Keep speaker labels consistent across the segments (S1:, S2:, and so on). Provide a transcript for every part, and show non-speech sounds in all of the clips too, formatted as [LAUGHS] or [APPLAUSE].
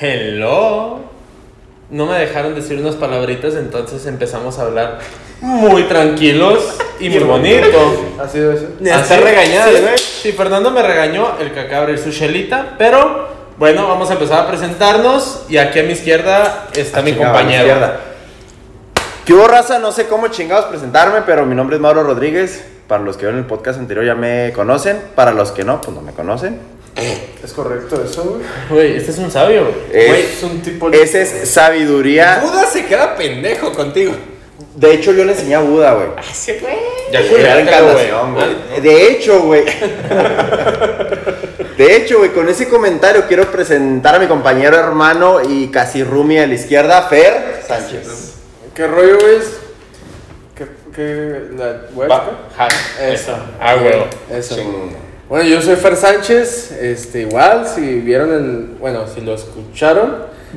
S1: Hello. No me dejaron decir unas palabritas, entonces empezamos a hablar muy tranquilos y muy bonito.
S2: ¿Ha sido eso?
S1: Hasta regañado, güey. Sí, Fernando me regañó, el que acaba de abrir su chelita, pero bueno, vamos a empezar a presentarnos y aquí a mi izquierda está Ah, mi
S2: Chingado,
S1: compañero.
S2: izquierda. ¿Qué hubo, raza? No sé cómo chingados presentarme, pero mi nombre es Mauro Rodríguez. Para los que vieron el podcast anterior ya me conocen. Para los que no, pues no me conocen.
S3: ¿Es correcto eso, güey?
S1: Güey, este es un sabio. güey.
S2: Es-
S1: Güey, es un tipo
S2: Esa es sabiduría.
S4: Buda se queda pendejo contigo.
S2: De hecho, yo le enseñé a
S1: [LAUGHS]
S2: Buda, güey.
S4: Así, güey.
S1: Ya
S2: Era
S1: culiártelo, güey. Oh,
S2: encarnación, güey. Ah, De hecho, güey. [LAUGHS] De hecho, güey, con ese comentario quiero presentar a mi compañero, hermano y casi rumi a la izquierda, Fer Sánchez.
S3: ¿Qué rollo, güey? Es- ¿Qué, qué, la güey?
S1: Va- ja, eso.
S3: Eso.
S1: pues. Ah, güey.
S3: Eso.
S2: Ching.
S3: Bueno, yo soy Fer Sánchez, este, igual, si vieron el, bueno, si lo escucharon,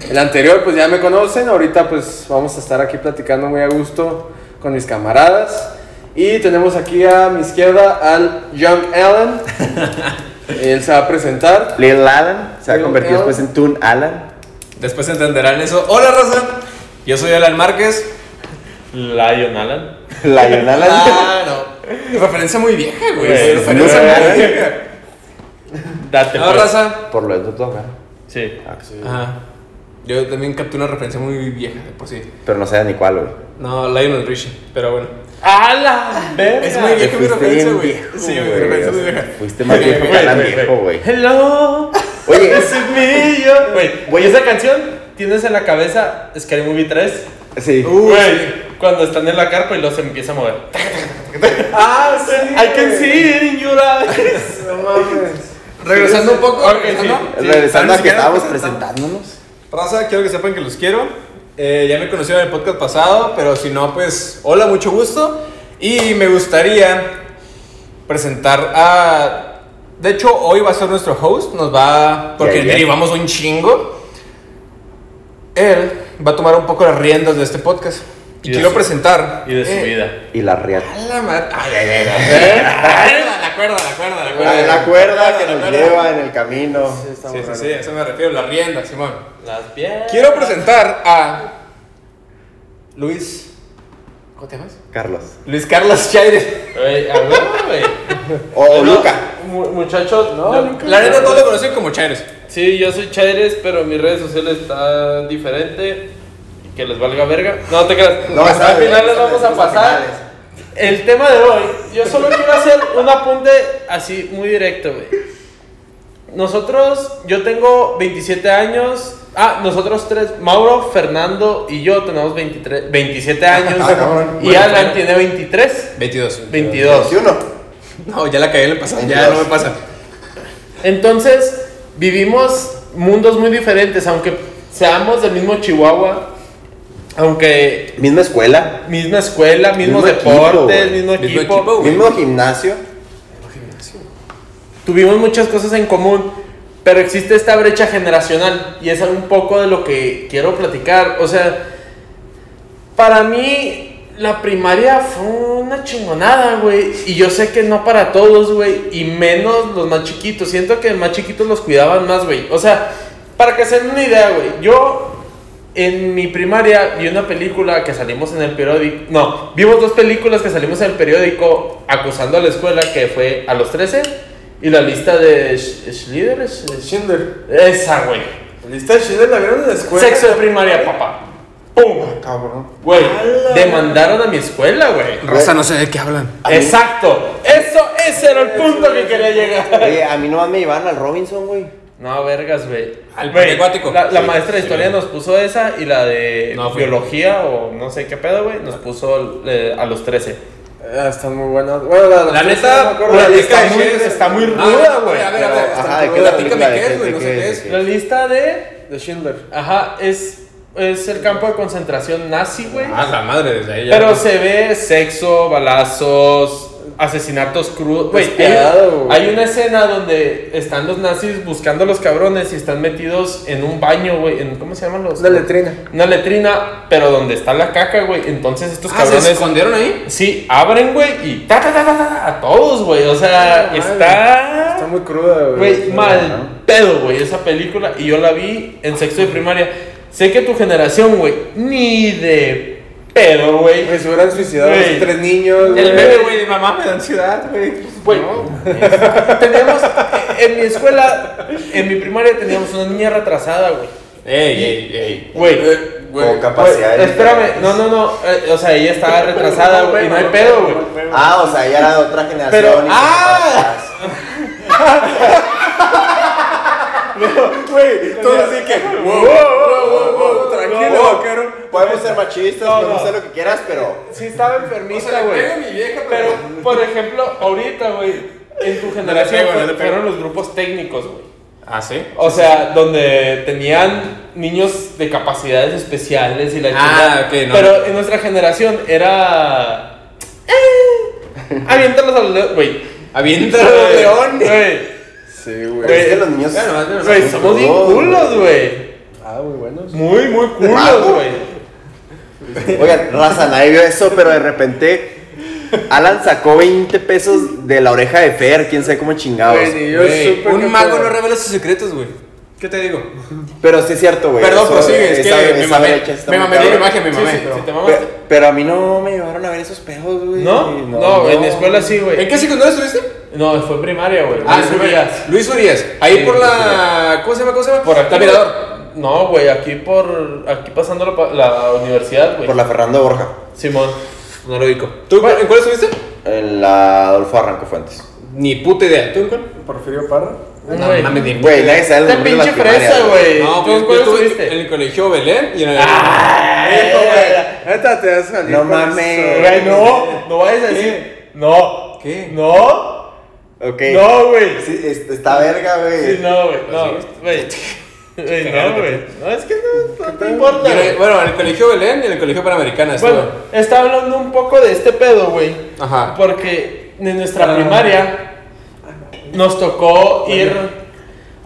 S3: el anterior pues ya me conocen, ahorita pues vamos a estar aquí platicando muy a gusto con mis camaradas y tenemos aquí a mi izquierda al
S2: [LAUGHS]
S3: Young Allen, él se va a presentar,
S2: Lil Alan se va a
S3: Lil
S2: convertir
S3: Alan.
S2: después en Toon Alan.
S4: Después entenderán eso. Hola, raza. Yo soy Alan Márquez.
S1: Lion Alan.
S2: Lion Alan.
S4: Ah, no. Referencia muy vieja, güey.
S1: Pues, Güey,
S4: Referencia
S2: muy
S4: muy
S2: vieja.
S4: vieja.
S1: Date.
S4: No,
S1: pues.
S2: [LAUGHS]
S4: raza.
S2: Por lo de Ah, Top Gun.
S1: Sí.
S4: Ajá. Yo también capté una referencia muy vieja, de por sí.
S2: Pero no sé ni cuál, güey.
S4: No, Lionel Richie, pero bueno.
S1: ¡Ala!
S4: Es muy
S1: bien.
S4: vieja mi
S2: Fuiste
S4: referencia,
S2: bien
S4: güey.
S2: viejo,
S4: Sí, mi
S2: güey,
S4: referencia
S2: o
S4: es muy
S2: sea,
S4: vieja.
S2: fuiste más viejo que Alan viejo, güey.
S1: Hello. [LAUGHS]
S2: Oye.
S1: Ese es mi yo. Güey, güey, esa canción tienes en la cabeza Scary Movie 3.
S2: Sí.
S1: Güey, cuando están en la carpa y los empieza a
S2: [LAUGHS]
S1: mover.
S3: ah, sí,
S1: I can see it in your eyes.
S3: no mames,
S4: Regresando un poco,
S1: Ok,
S4: regresando.
S1: sí.
S2: Regresando a
S4: Ni
S2: que
S4: siquiera
S2: estábamos
S4: presentamos.
S2: presentándonos.
S4: Raza, quiero que sepan que los quiero. Eh, ya me conocieron en el podcast pasado, pero si no, pues hola, mucho gusto. Y me gustaría presentar a... De hecho, hoy va a ser nuestro host, nos va... Porque
S2: Ya, ya.
S4: derivamos un chingo. Él va a tomar un poco las riendas de este podcast. Y,
S1: Y de
S4: quiero
S1: su-
S4: presentar...
S1: Y de su
S4: eh,
S1: vida.
S2: Y la riata.
S4: A la madre... Ay, ay, ay, ay. La [LAUGHS] cuerda, la cuerda, la cuerda.
S2: La cuerda que nos
S4: la
S2: lleva en el camino.
S3: sí, está
S4: Sí,
S3: muy
S4: sí,
S3: raro.
S4: sí, a eso me refiero, la rienda, Simón.
S1: Las piernas.
S4: Quiero presentar a Luis. ¿Cómo te llamas?
S2: Carlos.
S4: Luis Carlos Chaire.
S1: Güey, a huevo, güey.
S2: O o
S1: No,
S2: Luca.
S1: mu- Muchachos,
S3: No,
S1: yo-
S3: Luca.
S4: La neta todos lo conocen como Chaires.
S1: Sí, yo soy Chaires, pero mis redes sociales están diferente. Que les valga verga. No te creas.
S2: No,
S1: Al
S2: sabe,
S1: final les
S2: sabe,
S1: vamos a
S2: sabe,
S1: pasar.
S2: finales.
S1: El tema de hoy, yo solo quiero hacer un apunte así muy directo, güey. Nosotros, yo tengo 27 años. Ah, nosotros tres, Mauro, Fernando y yo tenemos 23, 27 años.
S2: Ah, cabrón.
S1: y
S4: Bueno,
S1: Alan
S4: bueno.
S1: tiene 23,
S4: 22.
S1: 22.
S2: 21.
S4: No, ya la caí en el pasado. Ya
S2: 22.
S4: no me pasa.
S1: Entonces, vivimos mundos muy diferentes, aunque seamos del mismo Chihuahua, aunque
S2: Misma escuela.
S1: misma escuela, mismos
S2: Mismo equipo,
S1: deportes,
S2: güey.
S1: mismo,
S4: Mismo
S1: equipo,
S4: equipo, güey.
S2: Mismo gimnasio.
S1: tuvimos muchas cosas en común, pero existe esta brecha generacional y es un poco de lo que quiero platicar. O sea, para mí la primaria fue una chingonada, güey, y yo sé que no para todos, güey, y menos los más chiquitos. Siento que más chiquitos los cuidaban más, güey. O sea, para que se den una idea, güey, yo en mi primaria vi una película que salimos en el periódico. No, vimos dos películas que salimos en el periódico acusando a la escuela que fue a los 13 y la lista de Sch- Schlieder. Sch- Sch-
S3: Schindler.
S1: Esa, güey.
S3: ¿Lista de Schindler la vieron en la escuela?
S1: Sexo de primaria, papá. Ah, ¡Pum!
S2: Cabrón.
S1: Güey, demandaron a mi escuela, güey.
S4: Raza, no sé de qué hablan.
S2: A mí-
S1: Exacto. Eso, ese era el punto que quería llegar.
S2: Oye, a mí nomás me llevaron al Robinson, güey.
S1: No, vergas, güey.
S4: Al
S1: Güey,
S4: policuático.
S1: La, la
S4: Sí,
S1: maestra de
S4: sí,
S1: historia
S4: güey.
S1: nos puso esa y la de
S4: No, fui.
S1: biología o no sé qué pedo, güey, nos puso eh, a los 13.
S3: Ah, están muy buenas. Bueno, la,
S4: La
S3: no me
S4: neta,
S3: acuerdo.
S1: la
S4: la
S1: lista
S4: lista
S1: de Chaires está muy ruda,
S4: ruda,
S1: güey.
S4: güey. Ah, A ver, a
S2: Pero,
S4: ver,
S2: ajá, ¿de
S4: está
S2: qué la
S4: platícame
S2: película de qué-
S4: qué es, güey.
S2: de
S4: No sé
S2: qué
S4: qué
S2: es,
S4: es.
S2: de
S1: La lista de...
S3: de Schindler.
S1: Ajá, es, es el campo de concentración nazi, güey.
S4: Ah, la madre desde ahí. ya.
S1: Pero se ve sexo, balazos, asesinatos crudos. Güey, hay,
S3: Despiadado, güey.
S1: hay una escena donde están los nazis buscando a los cabrones y están metidos en un baño, güey. en- ¿Cómo se llaman los?
S3: Una letrina.
S1: Una letrina, pero donde está la caca, güey. Entonces estos
S4: Ah, ¿se
S1: cabrones.
S4: escondieron ahí?
S1: Sí, abren, güey, y ta, ta, ta, ta, ta, a todos, güey. O sea,
S3: Madre,
S1: Ah, está.
S3: está está muy cruda,
S1: Güey,
S3: güey.
S1: mal pedo, güey, esa película. Y yo la vi en sexto de primaria. Sé que tu generación, güey, ni de pedo, güey.
S3: Güey, se hubieran suicidado
S1: Güey.
S3: los tres niños,
S4: El
S3: güey.
S1: eh,
S4: meme, güey, de mamá me da ansiedad, güey.
S1: Güey, [LAUGHS] teníamos. En mi escuela, en mi primaria, teníamos una niña retrasada, güey.
S4: Ey, ey, ey.
S1: Güey.
S4: Eh,
S2: Con
S4: güey.
S2: capacidades.
S1: Güey, Espérame, no, no, no. eh, o sea, ella estaba retrasada, güey, y [LAUGHS] no hay pedo, güey.
S2: Ah, o sea, ya era de otra generación.
S1: Pero-
S2: y-
S1: ¡Ah!
S3: Güey, todos así que. Wow, wow, wow, wow, wow, tranquilo,
S2: Wow.
S3: vaquero.
S2: Podemos ser machistas,
S1: No,
S2: podemos
S1: no.
S2: hacer lo que quieras, pero.
S1: Sí, estaba
S4: O
S1: enfermita,
S4: sea, le
S1: güey.
S4: pego a mi vieja,
S1: Pero,
S4: pero.
S1: por ejemplo, ahorita, güey, en tu generación
S4: pego, no
S1: fue-
S4: le pego.
S1: fueron los grupos técnicos, güey.
S4: Ah, sí.
S1: O sea, donde tenían niños de capacidades especiales y la
S4: Ah,
S1: chingada.
S4: ok, no.
S1: Pero en nuestra generación era. Eh, aviéntalos a los leones, güey.
S4: Avienta
S1: Güey,
S4: león.
S1: güey,
S3: Sí, güey.
S1: Güey.
S2: Es que los niños.
S4: Bueno, más bien,
S1: Güey, somos bien
S2: Crudos,
S1: culos, güey.
S3: Ah, muy buenos.
S1: Muy, muy culos, güey.
S2: Oigan, raza, nadie vio eso, pero de repente. Alan sacó 20 pesos de la oreja de Fer, quién sabe cómo chingados.
S3: Güey, ni yo
S4: Güey,
S3: supe qué
S4: un mago
S3: pedo.
S4: no revela sus secretos, güey. ¿Qué te digo?
S2: Pero sí es cierto, güey.
S4: Perdón,
S2: eso-
S4: prosigue, es que
S2: esa-
S4: me
S2: esa
S4: mamé.
S2: brecha está
S4: Me
S2: muy
S4: mamé de la
S2: cabrón.
S4: imagen, me
S1: Sí,
S4: mamé.
S1: sí, sí, te
S2: Pe-
S1: mamaste.
S2: Pero a mí no me llevaron a ver esos pejos, güey.
S1: ¿No? No, en mi escuela sí, güey.
S4: ¿En qué secundaria estuviste?
S1: No, fue primaria, güey.
S4: Ah,
S1: Luis
S4: Luis
S1: Urias.
S4: Urias. Luis Urias. Ahí
S1: Sí,
S4: por
S1: Luis
S4: la. ¿Cómo se llama? ¿Cómo se llama?
S1: Por acá.
S4: La Mirador.
S1: No, güey, aquí por. Aquí pasando la, pa- la universidad, güey.
S2: Por la Fernando Borja.
S1: Simón.
S4: No lo ubico. ¿Tú en cuál estuviste?
S2: En la Adolfo Arranco Fuentes.
S4: Ni puta idea. ¿Tú en cuál?
S3: Porfirio Parra.
S1: Güey.
S4: ni puta
S2: Güey,
S4: idea.
S2: nadie sabe el
S1: Esta
S2: nombre de las
S1: pinche
S2: primarias,
S1: fresa, güey. ¿Tú
S4: No, pues
S1: Eh, en cuál
S4: yo estuve
S1: estuviste? Ah.
S4: En el colegio Belén y en el.
S3: Neta, te vas a salir.
S2: No
S3: con
S2: mames.
S3: eso,
S1: Güey, no, no vayas a decir. No.
S4: ¿Qué?
S1: No.
S2: Ok.
S1: No, güey.
S2: Sí, es- está verga, güey.
S1: Sí, no, güey. No, güey. Güey, no, güey. No, es que no, no te importa.
S4: Y en
S1: güey.
S4: el- Bueno, en el colegio Belén y en el colegio Panamericana estuve.
S1: Bueno, está hablando un poco de este pedo, güey.
S4: Ajá.
S1: Porque en nuestra primaria nos tocó ir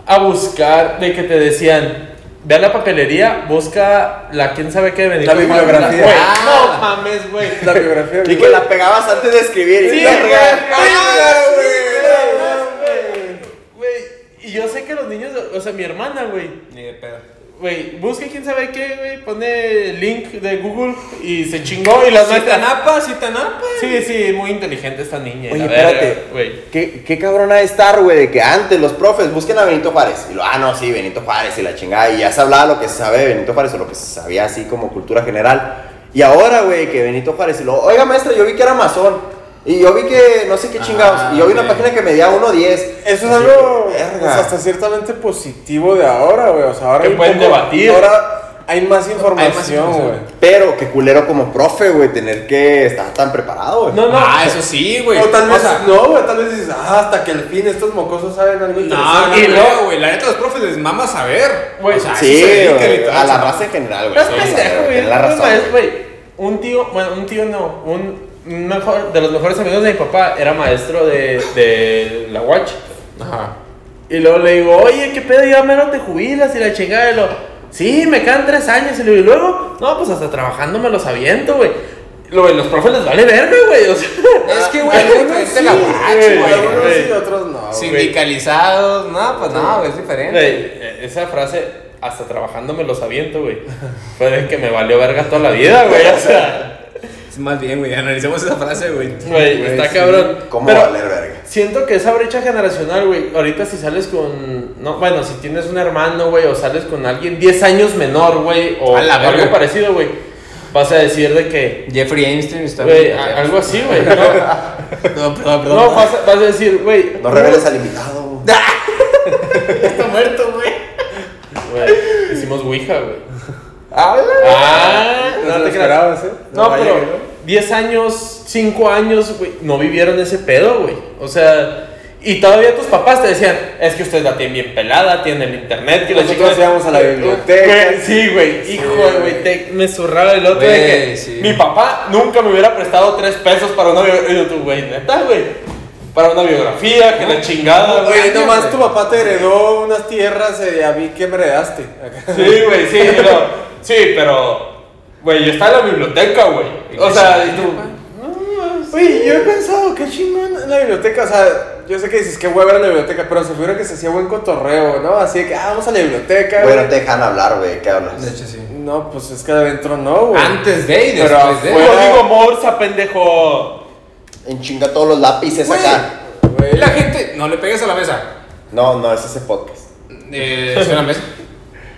S1: a buscar de que te decían. Ve a la papelería, busca la quién sabe qué de Benito
S3: La bibliografía.
S1: Juárez". Güey,
S4: Ah.
S1: no mames, güey.
S3: La biografía.
S2: Y que la pegabas antes de escribir.
S1: Sí,
S2: y la
S1: güey.
S2: regalabas.
S1: Ah,
S4: güey.
S1: güey. Güey, y yo sé que los niños, o sea, mi hermana, güey,
S4: Ni de pedo.
S1: Güey, busque quién sabe qué, güey. Pone link de Google y se chingó. Y las maestras.
S4: Citanapa, Citanapa.
S1: Sí, sí, muy inteligente esta niña. y
S2: Oye,
S1: la verga,
S2: espérate.
S1: Güey.
S2: ¿Qué, qué cabrón ha de estar, güey, de que antes los profes busquen a Benito Juárez. Y lo, ah, no, sí, Benito Juárez y la chingada. Y ya se hablaba lo que se sabe de Benito Juárez o lo que se sabía así como cultura general. Y ahora, güey, que Benito Juárez y lo, oiga, maestra, yo vi que era masón. Y yo vi que no
S1: Ah,
S2: sé qué chingados. y yo vi una
S4: güey.
S2: página que me medía 1.10.
S3: Eso es
S2: Así
S3: algo
S2: que, verga.
S3: pues, hasta ciertamente positivo de ahora, güey. O sea, ahora
S1: Que
S3: hay un
S1: pueden debatir.
S3: Ahora hay más información,
S4: información.
S3: güey.
S2: Pero qué culero como profe, güey, tener que estar tan preparado, güey.
S1: No, no.
S4: Ah, eso sí, güey.
S3: O tal vez
S4: sea, no.
S3: no, güey. Tal vez dices, ah, hasta que al fin estos mocosos saben algo
S4: No,
S3: interesante.
S1: Y
S4: no,
S1: luego-
S4: güey. La neta, los profes les mama saber.
S1: Güey,
S4: a eso
S2: sí,
S4: Ah, se dedican
S2: güey,
S4: y todo
S2: a la
S4: eso, ¿no?
S2: raza en general, güey.
S1: No es
S2: Sí,
S1: pendejo,
S2: güey,
S1: güey.
S2: tenés la
S1: no
S2: razón,
S1: mames,
S2: güey.
S1: güey. Un tío, bueno, un tío no. Un un mejor, de los mejores amigos de mi papá era maestro de, de la Watch.
S4: Ajá.
S1: Y luego le digo, oye, qué pedo, ya menos te jubilas y la chingada. Y lo, sí, me quedan tres años. Y, le digo, "¿Y luego, no, pues hasta trabajando me los aviento, güey. Lo, los profes les vale verga, güey. O sea,
S4: Es que, Ah, güey, es
S3: Algunos
S4: diferente
S3: sí,
S4: la
S3: güey,
S4: guacha, güey.
S3: Algunos
S1: güey.
S3: sí, otros no. güey.
S4: Sindicalizados, no, pues no, güey, es diferente.
S1: Güey, eh, esa frase, hasta trabajando me los aviento,
S4: [LAUGHS]
S1: güey. Fue de que me valió verga toda la vida, güey. O sea,
S4: Es Más bien, güey, analicemos esa frase, güey.
S1: güey,
S3: Güey,
S1: está
S3: sí.
S1: cabrón.
S2: ¿Cómo
S1: Pero
S2: valer verga?
S1: Siento que esa brecha generacional, güey, ahorita si sales con. No, bueno, si tienes un hermano, güey, o sales con alguien 10 años menor, güey, o
S4: A la
S1: algo
S4: verga.
S1: parecido, güey, vas a decir de que.
S4: Jeffrey Einstein está
S1: Güey, a- algo así, güey.
S4: [LAUGHS]
S1: No,
S4: No, perdón, perdón.
S1: no, vas, a, vas a decir, güey.
S2: No reveles al invitado.
S4: está muerto, güey.
S1: Güey, Hicimos Ouija,
S4: [LAUGHS]
S1: güey.
S3: Ah,
S1: Ah,
S3: no,
S1: no
S3: te
S1: te creas.
S3: esperabas, ¿eh?
S1: No,
S3: vaya,
S1: pero
S3: güey.
S1: 10 años, 5 años, güey, no vivieron ese pedo, güey. O sea, y todavía tus papás te decían, es que usted la tiene bien pelada, tiene el internet, que la
S3: Nosotros
S1: chingada".
S3: íbamos a la biblioteca.
S1: Güey, sí, güey, hijo,
S3: Sí,
S1: güey, te- me zurraba el otro de
S4: Güey,
S1: que
S4: sí.
S1: mi papá nunca me hubiera prestado 3 pesos para una biografía, Y yo, tú, güey, neta, güey, para una biografía, que la chingada, güey.
S3: Oye, nomás tu papá te heredó unas tierras eh, a mí que me heredaste. Acá.
S1: Sí, güey, sí, pero, sí, pero, güey, yo estaba en la biblioteca, güey. O sea, y tú,
S3: Oye, yo he pensado, qué chingón en la biblioteca. O sea, yo sé que dices que hueva era la biblioteca, pero se figura que se hacía buen cotorreo, ¿no? Así de que, ah, vamos a la biblioteca.
S2: Güey, no
S3: güey.
S2: te dejan hablar, güey, ¿qué hablas?
S4: De hecho, sí.
S3: No, pues es que adentro no, güey.
S4: Antes de y
S3: Pero
S4: después de.
S3: afuera-
S1: Código Morsa, pendejo.
S2: En chinga todos los lápices
S4: Güey.
S2: acá.
S3: Güey.
S4: La gente, no le pegues a la mesa.
S2: No, no, es ese podcast.
S4: Eh, es una mesa.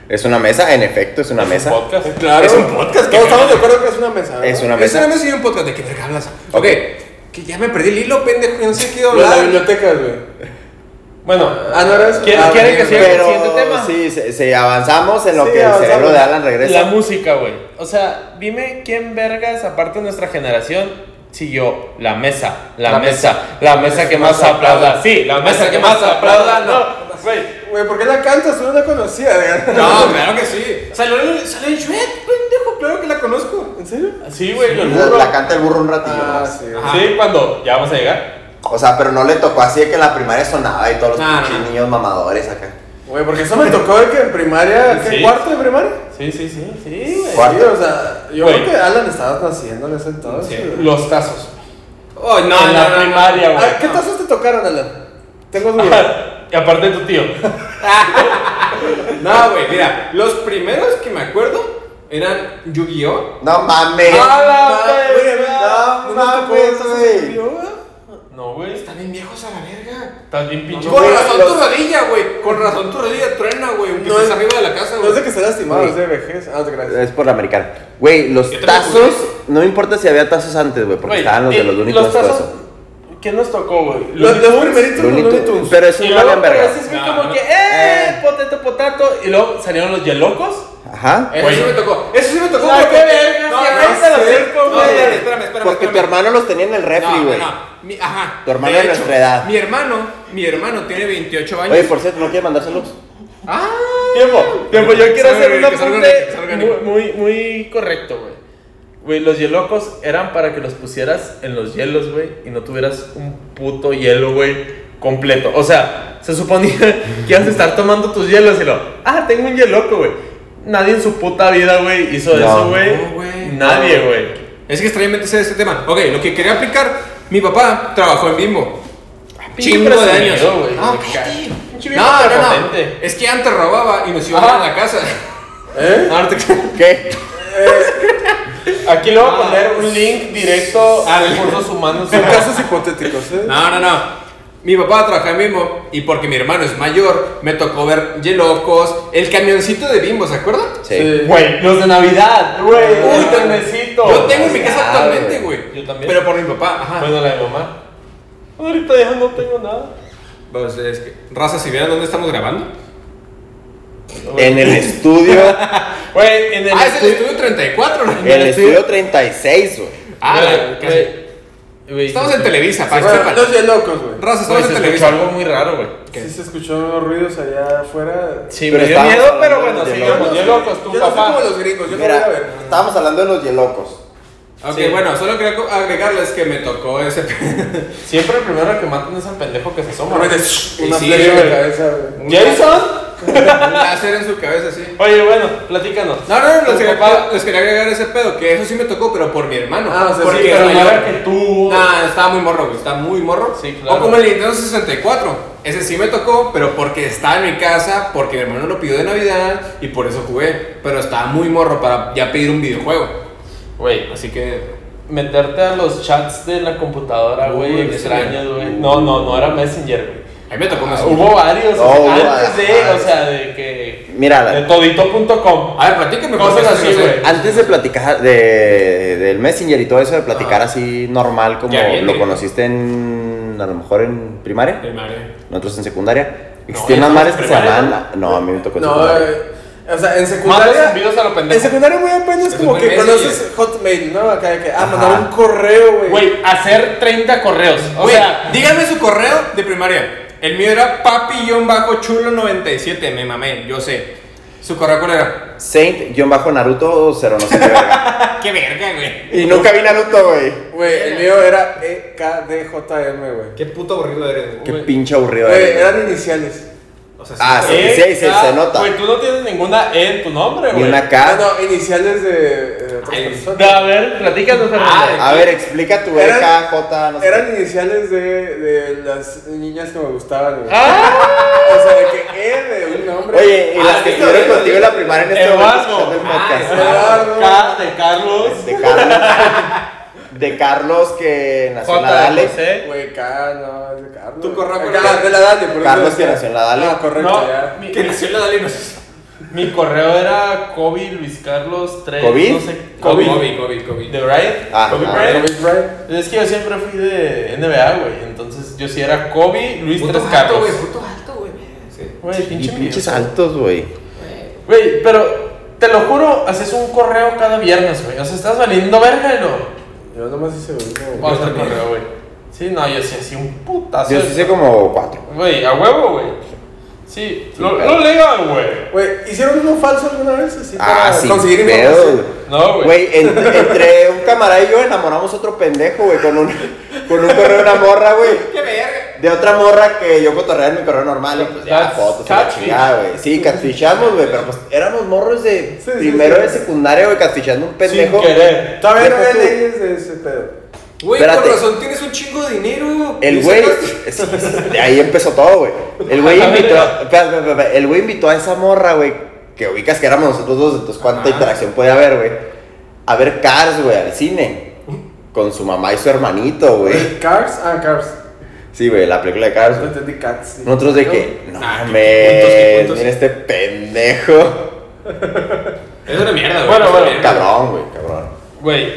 S2: Es una mesa, en efecto, es una mesa.
S1: Podcast.
S3: Claro.
S4: Es un podcast,
S3: Todos
S4: que-
S3: estamos de acuerdo que es una mesa.
S2: Es
S3: ¿no?
S2: una
S4: Es una
S2: mesa.
S4: mesa y un podcast. ¿De qué verga hablas? Ok. Que ya me perdí el hilo, pendejo. Yo no sé qué iba a
S3: Lo de la
S4: hablar.
S3: biblioteca, güey.
S1: Bueno,
S3: Ah, no eres.
S1: ¿Quiere- quiere que siga?
S2: Pero
S1: Siguiente tema.
S2: sí, se, se avanzamos en lo
S3: Sí,
S2: que el
S3: avanzamos.
S2: cerebro de Alan regresa.
S1: la música, güey. O sea, dime quién vergas, aparte de nuestra generación, siguió la mesa, la,
S4: La
S1: mesa, la mesa que más aplauda. Sí, la mesa que más aplauda. No, güey.
S3: Güey, ¿por qué la cantas? Tú no la conocías, güey. [LAUGHS]
S4: No, claro que sí. Salió el, salió el Shrek, pendejo. Claro que la conozco.
S3: ¿En serio?
S1: Sí, güey, el
S2: La,
S1: burro.
S2: la canta el burro un ratillo.
S3: Ah,
S2: nomás.
S3: sí.
S4: Ajá.
S1: Sí, cuando ya vamos a llegar.
S2: O sea, pero no le tocó así de que en la primaria sonaba y todos los
S4: No,
S2: pinches
S4: no.
S2: niños mamadores acá.
S3: Güey, porque eso me tocó de que en primaria, ¿qué
S1: Sí.
S3: cuarto de primaria?
S1: Sí, sí, sí, sí, güey.
S2: Cuarto.
S3: Sí, o sea, yo
S1: Güey.
S3: creo que Alan estaba naciendo en ese entonces. güey.
S1: Los tazos.
S4: Oh, no,
S1: en la
S4: no, no, no.
S1: primaria, güey.
S3: Ah, ¿Qué tazos te tocaron, Alan? Tengo dudas.
S1: [LAUGHS] Y aparte tu [LAUGHS] tío.
S4: No, güey, mira, los primeros que me acuerdo eran Yu-Gi-Oh!
S2: No mames.
S1: Ah, la [LAUGHS]
S2: verga!
S3: No mames,
S2: No mames, güey.
S1: No, güey.
S4: Están bien viejos a la verga.
S1: Estás bien pinche.
S4: Con
S2: Güey,
S4: razón tu
S2: los-
S4: rodilla, güey. Con razón tu rodilla truena, güey. Aunque
S3: No
S4: estés
S3: es-
S4: arriba de la casa,
S3: No es de
S4: güey.
S3: que esté lastimado,
S2: Güey.
S3: es de vejez. Ah, gracias.
S2: Es por la americana. Güey, los
S4: Yo también
S2: tazos.
S4: jugué.
S2: No me importa si había tazos antes, güey, porque
S1: Güey,
S2: estaban los
S1: y
S2: de los únicos
S1: Los tazos. ¿Quién nos tocó, güey?
S3: Los, los primeritos los Looney Tunes.
S2: Pero eso
S1: Y
S2: no
S1: luego,
S2: valían
S1: pero
S2: verga.
S1: así es que
S4: No,
S1: como
S4: no.
S1: que, ¡eh! Potato, potato. Y luego salieron los yelocos.
S2: Ajá.
S4: Eso sí
S1: Güey.
S4: me tocó. Eso sí me tocó.
S1: La
S4: porque-
S1: que verga,
S4: No,
S1: si
S4: no,
S1: apenas
S4: no,
S1: la
S4: sí.
S1: acerco,
S4: No,
S1: güey.
S4: espérame, espérame, espérame.
S2: Porque tu
S4: espérame.
S2: hermano los tenía en el refri, güey.
S4: No, no, no. Mi- ajá.
S2: Tu hermano de nuestra edad.
S4: Mi hermano, mi hermano tiene 28 años.
S2: Oye, por cierto, ¿no quieres mandárselos?
S4: Ah,
S1: Tiempo, tiempo. Yo quiero
S4: Salga,
S1: hacer un
S4: güey, que salga, que
S1: apunte
S4: salga,
S1: muy,
S4: Nico.
S1: muy, muy correcto, güey. Güey, los hielocos eran para que los pusieras en los hielos, güey, y no tuvieras un puto hielo, güey, completo. O sea, se suponía [LAUGHS] que ibas a estar tomando tus hielos y lo, ah, tengo un hieloco, güey. Nadie en su puta vida, güey, hizo
S2: No.
S1: eso, güey.
S4: No, güey.
S1: Nadie, güey.
S4: es que extrañamente sé de este tema. Ok, lo que quería aplicar, mi papá trabajó en Bimbo.
S1: Ah,
S4: Chingo de años.
S1: Presumido, güey.
S4: Ah,
S1: Me caga. Pinche viejo
S4: No, no, no.
S1: prepotente.
S4: Es que antes robaba y nos iba
S1: Ajá.
S4: a la casa. [LAUGHS]
S3: ¿Eh?
S1: No, no te creas.
S2: ¿Qué?
S1: Aquí le voy a
S4: Ah.
S1: poner un link directo a
S4: Al-
S1: recursos humanos.
S3: Son casos hipotéticos, ¿eh?
S4: No, no, no. Mi papá trabaja en Bimbo y porque mi hermano es mayor, me tocó ver Yelocos, el camioncito de Bimbo, ¿se acuerdan?
S2: Sí.
S1: Eh, Güey, los de Navidad, güey.
S4: Uy,
S1: el
S4: te-
S1: trenecito.
S4: Ah. Yo tengo en mi casa
S2: Ah,
S4: actualmente,
S2: güey.
S4: güey.
S1: Yo también.
S4: Pero por mi papá, ajá.
S1: Bueno, la de mamá. Ahorita ya no tengo nada.
S4: Pues, es que- raza, si vieran dónde estamos grabando.
S2: En el estudio.
S1: Güey, en el.
S4: Ah, es el estudio 34, ¿no?
S2: en el estudio 36, güey.
S4: Ah, la- casi.
S1: güey.
S4: Estamos en Televisa, pa' que
S3: Bueno,
S4: sepan.
S3: los de locos, güey.
S4: Raza,
S1: Güey,
S4: estamos
S1: se
S4: en
S1: escuchó
S4: Televisa.
S1: algo muy raro, güey.
S3: Sí se escucharon unos ruidos allá afuera.
S1: Sí,
S2: Pero
S1: me dio
S2: estábamos
S1: miedo, pero
S2: hablando
S1: bueno,
S2: de
S1: sí,
S2: locos.
S1: yo yo locos, tu
S3: yo no soy
S1: papá.
S3: como los gringos, yo no voy a
S2: Mira,
S3: ver.
S2: estábamos hablando de los yelocos.
S4: Ok,
S1: Sí.
S4: bueno, solo quería co- agregarles que me tocó ese. pe- [LAUGHS]
S1: Siempre el primero que matan es al pendejo que se asoma.
S3: Una
S1: güey.
S4: Y sí,
S3: flecha en
S1: güey.
S3: la cabeza, güey.
S1: ¿Jason?
S4: Un [LAUGHS] láser en su cabeza, sí.
S1: Oye, bueno, platícanos.
S4: No, no, no,
S1: Tu
S4: les quería,
S1: papá-
S4: les quería agregar ese pedo, que eso sí me tocó, pero por mi hermano.
S3: Ah, o sea,
S4: porque
S3: sí,
S1: Pero
S4: es
S1: no
S4: mayor.
S1: era que tú.
S4: Nah, estaba muy morro, güey, estaba muy morro.
S1: Sí, claro.
S4: O como el Nintendo 64. Ese sí me tocó, pero porque estaba en mi casa, porque mi hermano lo pidió de Navidad y por eso jugué. Pero estaba muy morro para ya pedir un videojuego.
S1: Güey,
S4: Así que
S1: meterte a los chats de la computadora,
S4: Uy,
S1: güey,
S4: Messenger.
S1: extraños, güey. No, no, no era Messenger, güey.
S4: a mí me tocó más.
S1: Ah, hubo varios
S2: No,
S1: o sea,
S2: hubo
S1: antes de,
S2: varios.
S1: o sea, de que
S2: Mira,
S1: de
S2: la-
S1: todito.com.
S4: A ver, platíqueme
S1: Cosas
S4: porque
S1: así,
S4: no sé.
S1: güey.
S2: antes de platicar de, del Messenger y todo eso, de platicar así normal como
S4: Ya viene.
S2: lo conociste en, a lo mejor en primaria,
S4: Primaria.
S2: nosotros en secundaria,
S1: ya
S2: existían unas madres que se
S1: primaria,
S2: llamaban... No, a mí me tocó en
S3: No,
S2: secundaria.
S3: eh, o sea, en
S1: Mandas
S3: secundaria.
S1: envíos a lo
S3: En
S1: pendejo.
S3: secundaria muy apenas
S4: Se
S3: como
S4: supone
S3: que
S4: Messenger.
S3: conoces Hotmail, ¿no? Acá de que, ah,
S2: Ajá.
S3: mandar un correo, güey.
S1: Güey, hacer 30 correos. O
S4: Güey,
S1: sea,
S4: díganme su correo de primaria. El mío era papi-chulo97, me mamé, yo sé. ¿Su correo cuál era? Ah,
S2: Saint-Naruto 0 no sé qué verga.
S4: ¡Qué verga, güey!
S2: y nunca vi Naruto, güey.
S3: Güey, el mío era E EKDJM, güey.
S4: ¡Qué puto aburrido eres,
S2: Qué pinche aburrido
S3: Güey,
S2: eres, güey.
S3: eran iniciales.
S4: Ok. O sea,
S2: Ah,
S4: se-
S1: ¿Eh?
S2: sí, sí, sí,
S5: K,
S2: se nota.
S5: Güey, tú no tienes ninguna E en tu nombre,
S2: Ni
S5: güey.
S2: una
S3: Ah,
S2: K.
S3: no, iniciales de, de otras
S5: Ay,
S1: A
S3: personas.
S1: ver, platícanos, Fernando.
S2: A ver, explica tu E,
S3: Eran-
S2: K, J, no sé.
S3: Eran iniciales de, de las niñas que me gustaban, güey.
S1: Ah,
S3: O sea, de que E de un nombre.
S2: Oye, y
S5: Ah,
S2: las que
S5: sí,
S2: estuvieron
S5: sí,
S2: contigo
S5: sí.
S2: en la primaria en este momento
S5: Eduardo.
S2: escuchando el
S5: Ah,
S2: podcast.
S5: Eduardo. K de Carlos.
S2: De Carlos. De Carlos que nació en la
S1: J,
S2: Dale.
S1: José.
S3: Güey, K, no, es de Carlos.
S4: Tú corra,
S3: Acá,
S4: corra.
S3: De la Dale, por eso
S2: Carlos que
S3: decía.
S2: nació en la Dale.
S3: Ah, correcto,
S1: No,
S3: ya.
S1: mi,
S4: Que nació en la Dali, no [LAUGHS] sé.
S1: mi correo era Kobe Luis Carlos 3.
S2: ¿Covid?
S1: No sé, Kobe.
S4: Kobe, Kobe, Kobe, Kobe.
S1: De Bryant.
S2: Ah,
S1: Kobe
S2: ah,
S1: Bryant.
S3: Luis Bryant.
S1: Es que yo siempre fui de NBA, güey. Entonces yo sí era Kobe Luis
S4: Puto
S1: 3
S4: alto,
S1: Carlos.
S4: güey, puto alto, güey. Sí.
S1: Güey,
S2: Y
S1: pinche
S2: pinches
S1: envidioso.
S2: altos, güey.
S1: Güey, pero te lo juro, haces un correo cada viernes, güey. O sea, estás valiendo verga y lo.
S3: Yo nomás hice uno. güey.
S1: Otro correo, güey. Sí, no, yo sí hacía un putazo.
S2: Yo
S1: de-
S2: sí hice como cuatro.
S1: Güey, a huevo, güey. Sí, lo,
S2: pero-
S1: lo lean, güey.
S3: Güey, ¿hicieron uno falso alguna vez? Así
S2: Ah,
S3: para
S2: sí,
S3: conseguir
S2: pedo.
S3: información.
S1: No, güey.
S2: Güey, en- entre un camarada y yo enamoramos otro pendejo, güey, con un, con un correo de una morra, güey.
S4: Qué verga.
S2: De otra morra que yo cotorreaba en mi correo normal, y pues ya
S1: That's
S2: fotos, y la
S1: catfish.
S2: chingada, güey. Sí, catfishamos, güey, pero pues éramos morros de
S3: Sí, sí,
S2: primero
S3: sí.
S2: de secundaria, güey, catfishando un pendejo.
S1: Sin querer.
S3: Todavía no
S2: Deja
S3: había
S2: tú.
S3: leyes de ese pedo.
S4: Güey,
S2: Espérate.
S4: con razón tienes un chingo de dinero.
S2: El
S4: Y
S2: güey,
S4: sacas-
S2: sí, sí, de ahí empezó todo, güey.
S1: [LAUGHS]
S2: El güey invitó, espera, espera, espera, el güey invitó a esa morra, güey, que ubicas que éramos nosotros dos, entonces cuánta
S4: Ajá.
S2: interacción puede haber, güey. A ver Cars, güey, al cine. Con su mamá y su hermanito, güey.
S3: Cars, ah, Cars.
S2: Sí, güey, la película de Cars,
S3: No
S2: güey.
S3: entendí Cats. sí.
S2: Nosotros de que, no
S4: Ah, qué
S2: mames,
S4: puntos, qué puntos.
S2: mira este pendejo.
S4: Es una mierda, güey.
S1: Bueno,
S4: es una
S1: bueno,
S4: mierda.
S2: Cabrón, güey, cabrón.
S1: Güey,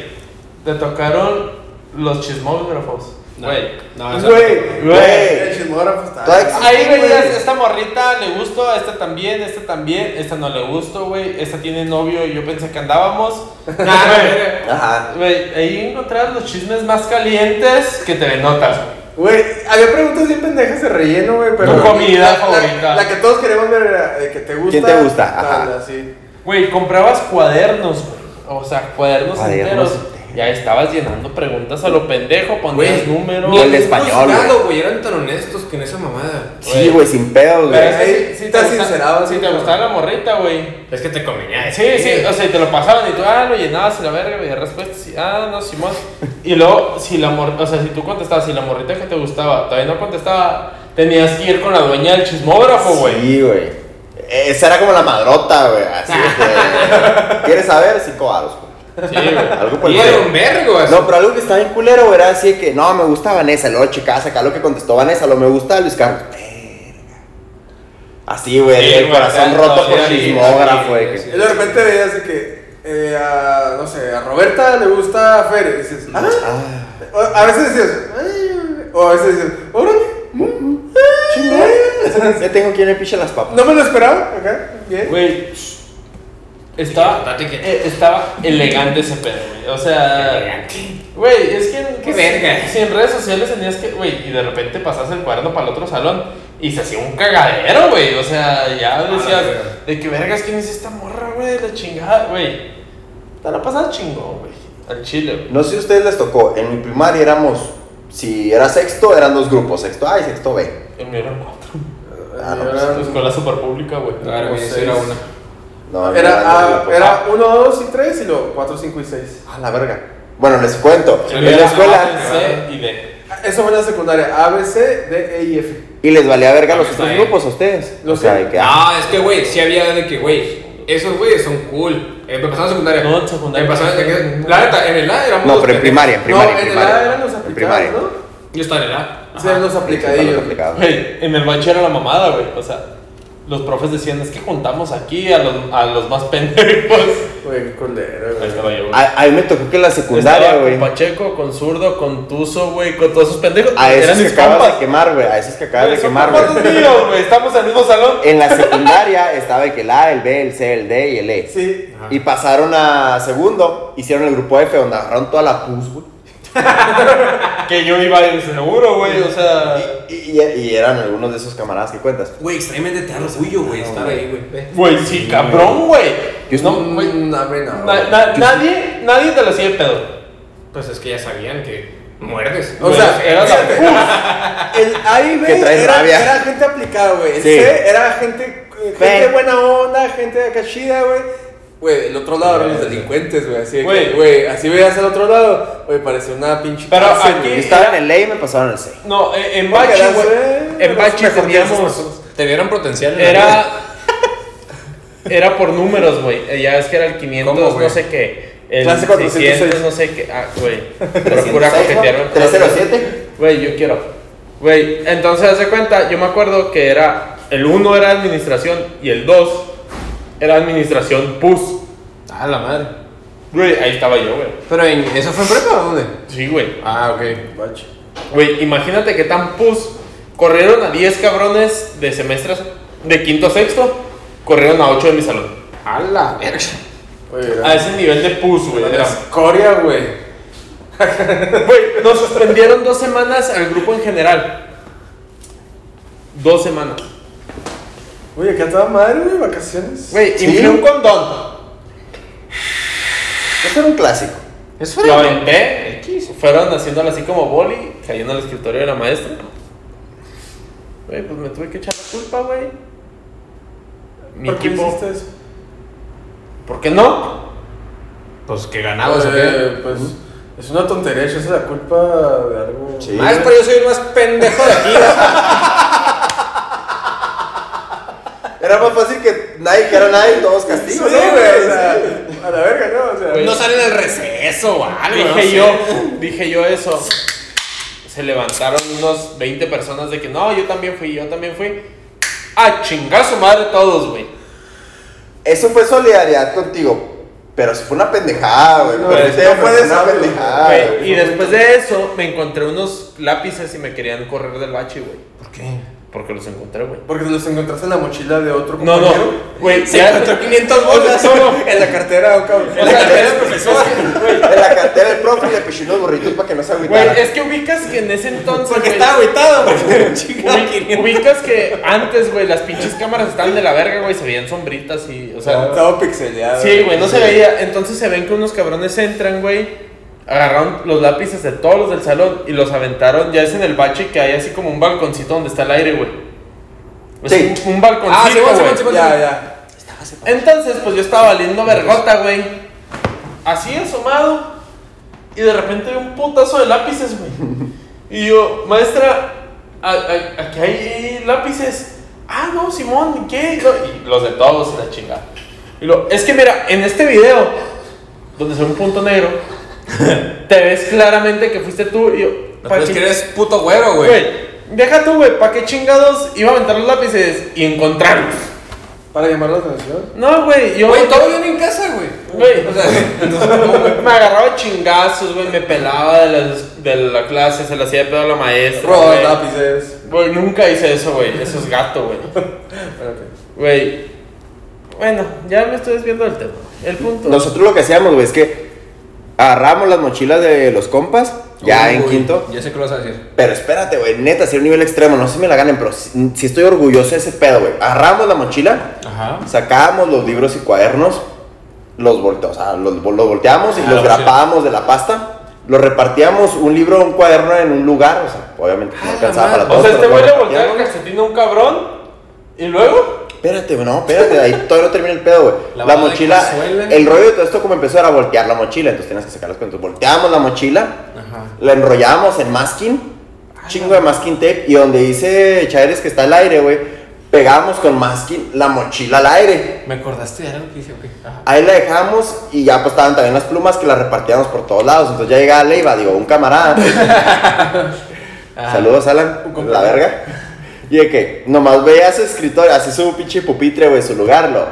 S1: te tocaron los chismógrafos.
S4: No,
S1: Güey.
S4: No, eso-
S3: Güey,
S2: Güey.
S3: El chismógrafo está.
S2: Toda-
S1: Ahí
S2: Sí,
S1: veías,
S2: güey.
S1: esta morrita le gustó, esta también, esta también, esta no le gustó, güey, esta tiene novio y yo pensé que andábamos.
S4: Nah, verga.
S2: Ajá.
S1: Güey, ahí encontrabas los chismes más calientes que te notas.
S3: Güey, había preguntas bien pendejas de relleno, güey, pero.
S1: Tu comida
S3: la- la-
S1: favorita.
S3: La, que todos queremos ver era de que te gusta.
S2: ¿Quién te gusta?
S3: tal,
S2: Ajá.
S3: así.
S1: Güey, comprabas cuadernos, güey. O sea, cuadernos,
S2: Cuadernos
S1: enteros. Ya estabas llenando preguntas a lo pendejo, ponías
S4: Güey,
S1: números.
S2: ni el de
S4: Hemos
S2: español,
S4: dado,
S2: güey.
S4: güey. Eran tan honestos que en esa mamada.
S2: Sí, güey, sin
S1: Pero
S2: pedos, güey.
S1: es que
S3: Ahí
S1: sí- sí
S3: estás
S1: te gusta-
S3: sincerado,
S1: sí
S3: sí,
S1: te
S3: claro.
S1: gustaba la morrita, güey.
S4: Es que te convenía.
S1: Sí, sí, o sea, y te lo pasaban y tú, ah, lo llenabas y la verga, güey, respuestas, y, ah, no, Simón. Y luego, si la mor- o sea, si tú contestabas, si la morrita que te gustaba todavía no contestaba, tenías que ir con la dueña del chismógrafo, güey.
S2: Sí, güey. Esa era como la madrota, güey. Así
S1: [LAUGHS]
S2: de que. ¿Quieres saber? Cinco varos, güey.
S1: Sí, güey.
S2: Algo por el
S4: Y era un
S2: estilo.
S4: vergo, así.
S2: No, pero algo que estaba bien culero, güey, era así de que no, me gusta Vanessa. Luego checabas acá lo que contestó Vanessa, lo me gusta Luis Carlos. Verga. Así, güey,
S1: Sí,
S2: el
S1: güey,
S2: corazón
S1: acá,
S2: roto
S1: no,
S2: por
S1: sí, sí,
S2: chismógrafo,
S4: sí,
S2: güey. que-
S4: sí.
S3: Y de repente veías de que. eh, a, no sé, a Roberta le gusta Fer. Y dices, ah.
S2: Ah,
S3: O, a veces decías, ay. O a veces decías, órale. mm, mm, ah, chingón.
S2: ya tengo quien le piche las papas.
S3: No me lo esperaba. Acá, bien.
S1: Güey, estaba,
S4: Date que-
S1: eh, estaba elegante ese pedo, güey. O sea, güey, es que. en- pues,
S4: Qué verga.
S1: Si en redes sociales tenías que, güey, y de repente pasas el cuaderno para el otro salón y se hacía un cagadero, güey. O sea, ya decías,
S4: verga.
S1: ¿de qué vergas quién es esta morra, güey? La chingada, güey. Te la pasas chingón, güey. Al chile, güey.
S2: No sé si a ustedes les tocó, en mi primaria éramos, si era sexto, eran dos grupos, sexto A y sexto B.
S1: En mi eran cuatro.
S2: Ah, no,
S3: Era-
S1: La escuela super pública, güey.
S4: Claro,
S3: Como
S4: güey, eso
S3: seis.
S4: era una.
S2: No, en mi
S3: Era,
S2: eran dos
S3: ah,
S2: grupos.
S3: era 1, 2 y 3 y luego 4, 5 y 6.
S2: A la verga. Bueno, les cuento.
S1: Se
S2: En
S1: veía
S2: la
S1: A,
S2: escuela.
S1: C y D.
S3: Eso fue en la secundaria. A, B, C, D, E y F.
S2: Y les valía verga los
S4: Está
S2: otros
S4: bien.
S2: grupos a ustedes.
S3: Lo
S2: o sea,
S3: sé.
S2: de que, ah,
S4: No, es que, güey, sí había de que, güey, esos güeyes son cool. Eh, me pasaron en secundaria.
S1: No, en secundaria.
S4: Me pasaron en la neta, en el A éramos.
S2: No,
S4: dos
S2: pero en
S4: pendejos.
S2: primaria, en primaria,
S3: no,
S2: en
S3: en el A eran
S2: primaria.
S3: los
S2: en
S3: aplicados,
S2: primaria.
S3: ¿no?
S4: Yo estaba en el A.
S3: Sí, eran los
S2: Sí,
S3: aplicadillos.
S2: los aplicados.
S1: Güey, en el bache era la mamada, güey. O sea, los profes decían, es que juntamos aquí a los, a los más pendejos.
S3: Güey, qué culero,
S1: Ahí
S3: güey.
S1: estaba yo, güey.
S2: A, a mí me tocó que en la secundaria,
S1: Estaba
S2: güey.
S1: Con Pacheco, con Zurdo, con Tuzo, güey, con todos esos pendejos.
S2: A esos
S1: Eran
S2: que
S1: mis
S2: acabas de
S1: compas.
S2: quemar, güey. A esos que acabas de
S1: Güey, son
S2: quemar,
S1: compas
S2: güey.
S1: míos, güey. Estamos en el mismo salón.
S2: En la secundaria estaba de que el A, el B, el C, el D y el E.
S3: Sí.
S2: Y pasaron a segundo, hicieron el grupo F, donde agarraron toda la pus, güey.
S1: Que yo iba a ir seguro, güey. O sea.
S2: Y, y- y eran algunos de esos camaradas que cuentas.
S4: Güey, extremadamente te da orgullo, güey, estar ahí, güey. Ve.
S1: Güey, sí, cabrón, güey.
S2: Yo
S1: No,
S3: Mm,
S1: güey.
S3: no, hombre, no.
S1: na- na- nadie, nadie te lo hacía de pedo.
S4: Pues es que ya sabían que. muerdes.
S3: O sea,
S4: era
S3: [LAUGHS] fíjate, el A y B
S2: Que traes
S3: era,
S2: rabia.
S3: era gente aplicada, güey. El
S2: Sí.
S3: C era gente, eh, gente
S2: Ven.
S3: buena onda, gente de cachida, güey. Güey, el otro lado eran los delincuentes, güey. Así de que,
S5: Güey.
S3: güey, así veías al otro lado. Güey, parecía una pinche.
S5: Pero
S3: cárcel,
S5: aquí-
S2: Yo
S3: güey.
S2: estaba en el A y me pasaron al C.
S5: No,
S1: e,
S5: eh, en
S3: Porque
S5: Bachi,
S3: era
S5: güey.
S2: eh,
S3: C,
S1: En
S3: los
S1: Bachi
S3: mejor
S1: teníamos-
S3: días esos.
S4: Te vieron potencial. en la
S1: Era.
S4: vida.
S1: [LAUGHS] Era por números, güey. Eh, Ya es que era el 500,
S4: ¿Cómo, güey?
S1: no sé qué. El
S3: Clase 406.
S1: 600, no sé qué. Ah, güey.
S2: 306,
S1: Procura
S2: ¿no?
S1: coquetearme.
S2: 307.
S1: Güey, yo quiero. Güey, entonces haz de cuenta, yo me acuerdo que era. El 1 era administración y el 2 era administración PUS.
S4: Ah, la madre.
S1: Güey, ahí estaba yo, güey.
S4: Pero en, ¿eso fue en prepa o dónde?
S1: Sí, güey.
S4: Ah, ok.
S1: Güey, imagínate que tan pus. Corrieron a 10 cabrones de semestres de quinto a sexto. Corrieron a 8 de mi salón.
S4: A la verga.
S3: Güey, era-
S1: A ese nivel de pus, güey.
S3: era
S1: Ah, era-
S3: escoria, güey.
S1: Güey, nos suspendieron dos semanas al grupo en general. Dos semanas.
S3: Güey, acá estaba madre, güey, vacaciones.
S1: Güey,
S2: Sí.
S1: inflé un condón.
S2: Eso era un clásico.
S4: Eso
S1: Lo
S4: era.
S1: aventé. Fueron haciéndolo así como boli, cayendo al escritorio de la maestra. Güey, pues me tuve que echar la culpa, güey. Mi
S3: ¿Por qué
S1: equipo-
S3: hiciste eso?
S1: ¿Por qué no?
S4: Pues que ganabas, ¿o qué?
S3: Eh, pues, es una tontería, yo la culpa de algo.
S2: Sí.
S4: Más, pero yo soy el más pendejo de aquí.
S2: Era más fácil que nadie dijera nada y todos castigos.
S3: Sí,
S2: ¿no,
S3: güey, o sea, a la verga, ¿no? O sea,
S1: Güey.
S4: No salen al receso o algo. no
S1: Dije
S4: sé.
S1: yo, dije yo eso. Se levantaron unos 20 personas de que no, yo también fui, yo también fui. A chingar a su madre todos, güey.
S2: Eso fue solidaridad contigo. Pero si fue una pendejada, güey.
S3: No,
S2: pero
S3: no
S2: sí, pero
S3: fue
S2: fue una
S3: desarme,
S2: pendejada.
S1: Güey,
S2: güey.
S1: y después de eso me encontré unos lápices y me querían correr del bache, güey.
S4: ¿Por qué?
S1: Porque los encontré, güey.
S3: Porque te los encontraste en la mochila de otro
S1: No, no,
S3: compañero.
S1: güey,
S4: Se
S1: ya- [LAUGHS]
S4: encontró 500
S3: [LAUGHS]
S4: bolas.
S3: En la cartera, de un cabrón.
S4: En la
S3: [LAUGHS]
S4: cartera del [LAUGHS] profesor.
S2: En la cartera del profe le pichó unos burritos para que no se
S1: Güey,
S2: agüitara.
S1: es que ubicas que en ese entonces.
S4: Porque
S1: güey,
S4: estaba agüitado. Porque
S1: ubi-
S4: chingado 500.
S1: Ubicas que antes, güey, las pinches cámaras estaban de la verga, güey, se veían sombritas y. O sea,
S3: Estaba pixeleado.
S1: Sí, güey, no se veía. Entonces se ven que unos cabrones entran, güey. Agarraron los lápices de todos los del salón y los aventaron. Ya es en el bache que hay así como un balconcito donde está el aire, güey. Es
S2: Sí.
S1: un, un balconcito,
S4: Ah, sí, bueno, sí,
S1: güey.
S4: bueno, sí, bueno.
S3: Ya, ya.
S1: Entonces, pues yo estaba valiendo vergota, güey. Así asomado. Y de repente un putazo de lápices, güey. Y yo, maestra, a- a- aquí hay lápices. Ah, no, Simón, ¿y ¿qué? No, y los de todos y la chingada. Y lo, es que mira, en este video, donde se ve un punto negro, te ves claramente que fuiste tú. Y yo,
S4: No,
S1: ¿para
S4: pero es
S1: qué-
S4: que eres puto güero, güey.
S1: Güey, deja tú, güey, ¿para qué chingados iba a aventar los lápices y encontrarlos?
S3: Para llamar la atención.
S1: No, güey, yo.
S4: Güey, todo bien en casa, güey.
S1: Güey,
S4: O sea,
S1: me agarraba chingazos, güey, me pelaba de, las- de la clase, se le hacía de pedo a la maestra.
S3: Robaba
S1: güey.
S3: lápices.
S1: Güey, nunca hice eso, güey, eso es gato, güey.
S3: Bueno, ok.
S1: Güey, bueno, ya me estoy desviando del tema. El punto.
S2: Nosotros lo que hacíamos, güey, es que agarramos las mochilas de los compas, ya en
S4: Uy,
S2: quinto.
S4: Ya sé que lo vas a decir.
S2: Pero espérate, güey, neta, si era un nivel extremo, no sé si me la ganen, pero si, si estoy orgulloso de ese pedo, güey. Agarramos la mochila,
S4: Ajá.
S2: sacábamos los libros y cuadernos, los, volte- o sea, los, vol- los volteamos y
S4: Ah,
S2: los
S4: la
S2: grapábamos de la pasta. Los repartíamos un libro, un cuaderno en un lugar, o sea, obviamente
S4: Ah,
S2: no alcanzaba para todos.
S1: o sea,
S2: pero
S1: este
S2: lo
S1: güey le
S2: repartíamos.
S1: volteaba el calcetín a un cabrón y luego.
S2: Espérate, güey, no, espérate, ahí todavía no termina el pedo, güey.
S4: La
S2: La,
S4: bala de
S2: mochila,
S4: cazuela.
S2: el rollo de todo esto como empezó era voltear la mochila, entonces tenías que sacar las cuentas. Volteamos la mochila,
S4: Ajá.
S2: la enrollamos en masking, chingo de masking tape, y donde dice Chaires que está el aire, güey, pegamos con masking la mochila al aire.
S4: Me acordaste de algo que hice, ok. Ajá.
S2: Ahí la dejamos y ya pues estaban también las plumas que las repartíamos por todos lados. Entonces ya llegaba Leiva, digo, un camarada. Ah. Saludos, Alan. La verga. Y de que nomás veía su escritorio, así su pinche pupitre, güey, su lugar, lo.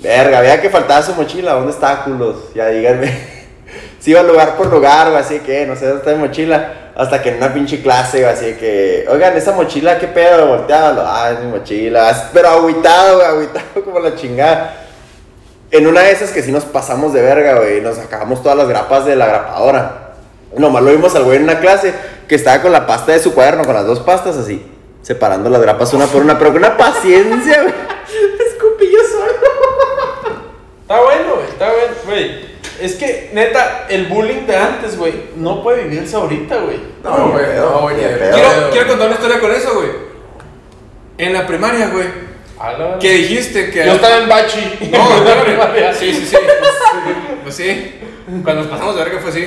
S2: Verga, veía que faltaba su mochila. ¿Dónde está, culos? Ya díganme. [LAUGHS] Si iba lugar por lugar, güey, así que no sé dónde está mi mochila. Hasta que en una pinche clase, güey, así que, oigan, esa mochila, qué pedo, volteábalo. Ah, es mi mochila. Así, Pero agüitado, güey, agüitado [LAUGHS] como la chingada. En una de esas que sí nos pasamos de verga, güey. Nos sacamos todas las grapas de la grapadora. Nomás lo vimos al güey en una clase que estaba con la pasta de su cuaderno, con las dos pastas así, separando las grapas una por una, pero con una paciencia,
S4: [LAUGHS]
S2: güey.
S1: Está bueno, güey, está bueno, güey. Es que, neta, el bullying de antes, güey, no puede vivirse ahorita, güey.
S4: No, güey, no, güey.
S2: Qué
S4: ni de
S2: pedo.
S4: Quiero, quiero contar una historia con eso, güey. En la primaria, güey. Que dijiste que.
S1: Yo estaba en bachi.
S4: [LAUGHS] No, espérame. Sí, sí, sí. Pues sí. Cuando nos pasamos de verga fue así.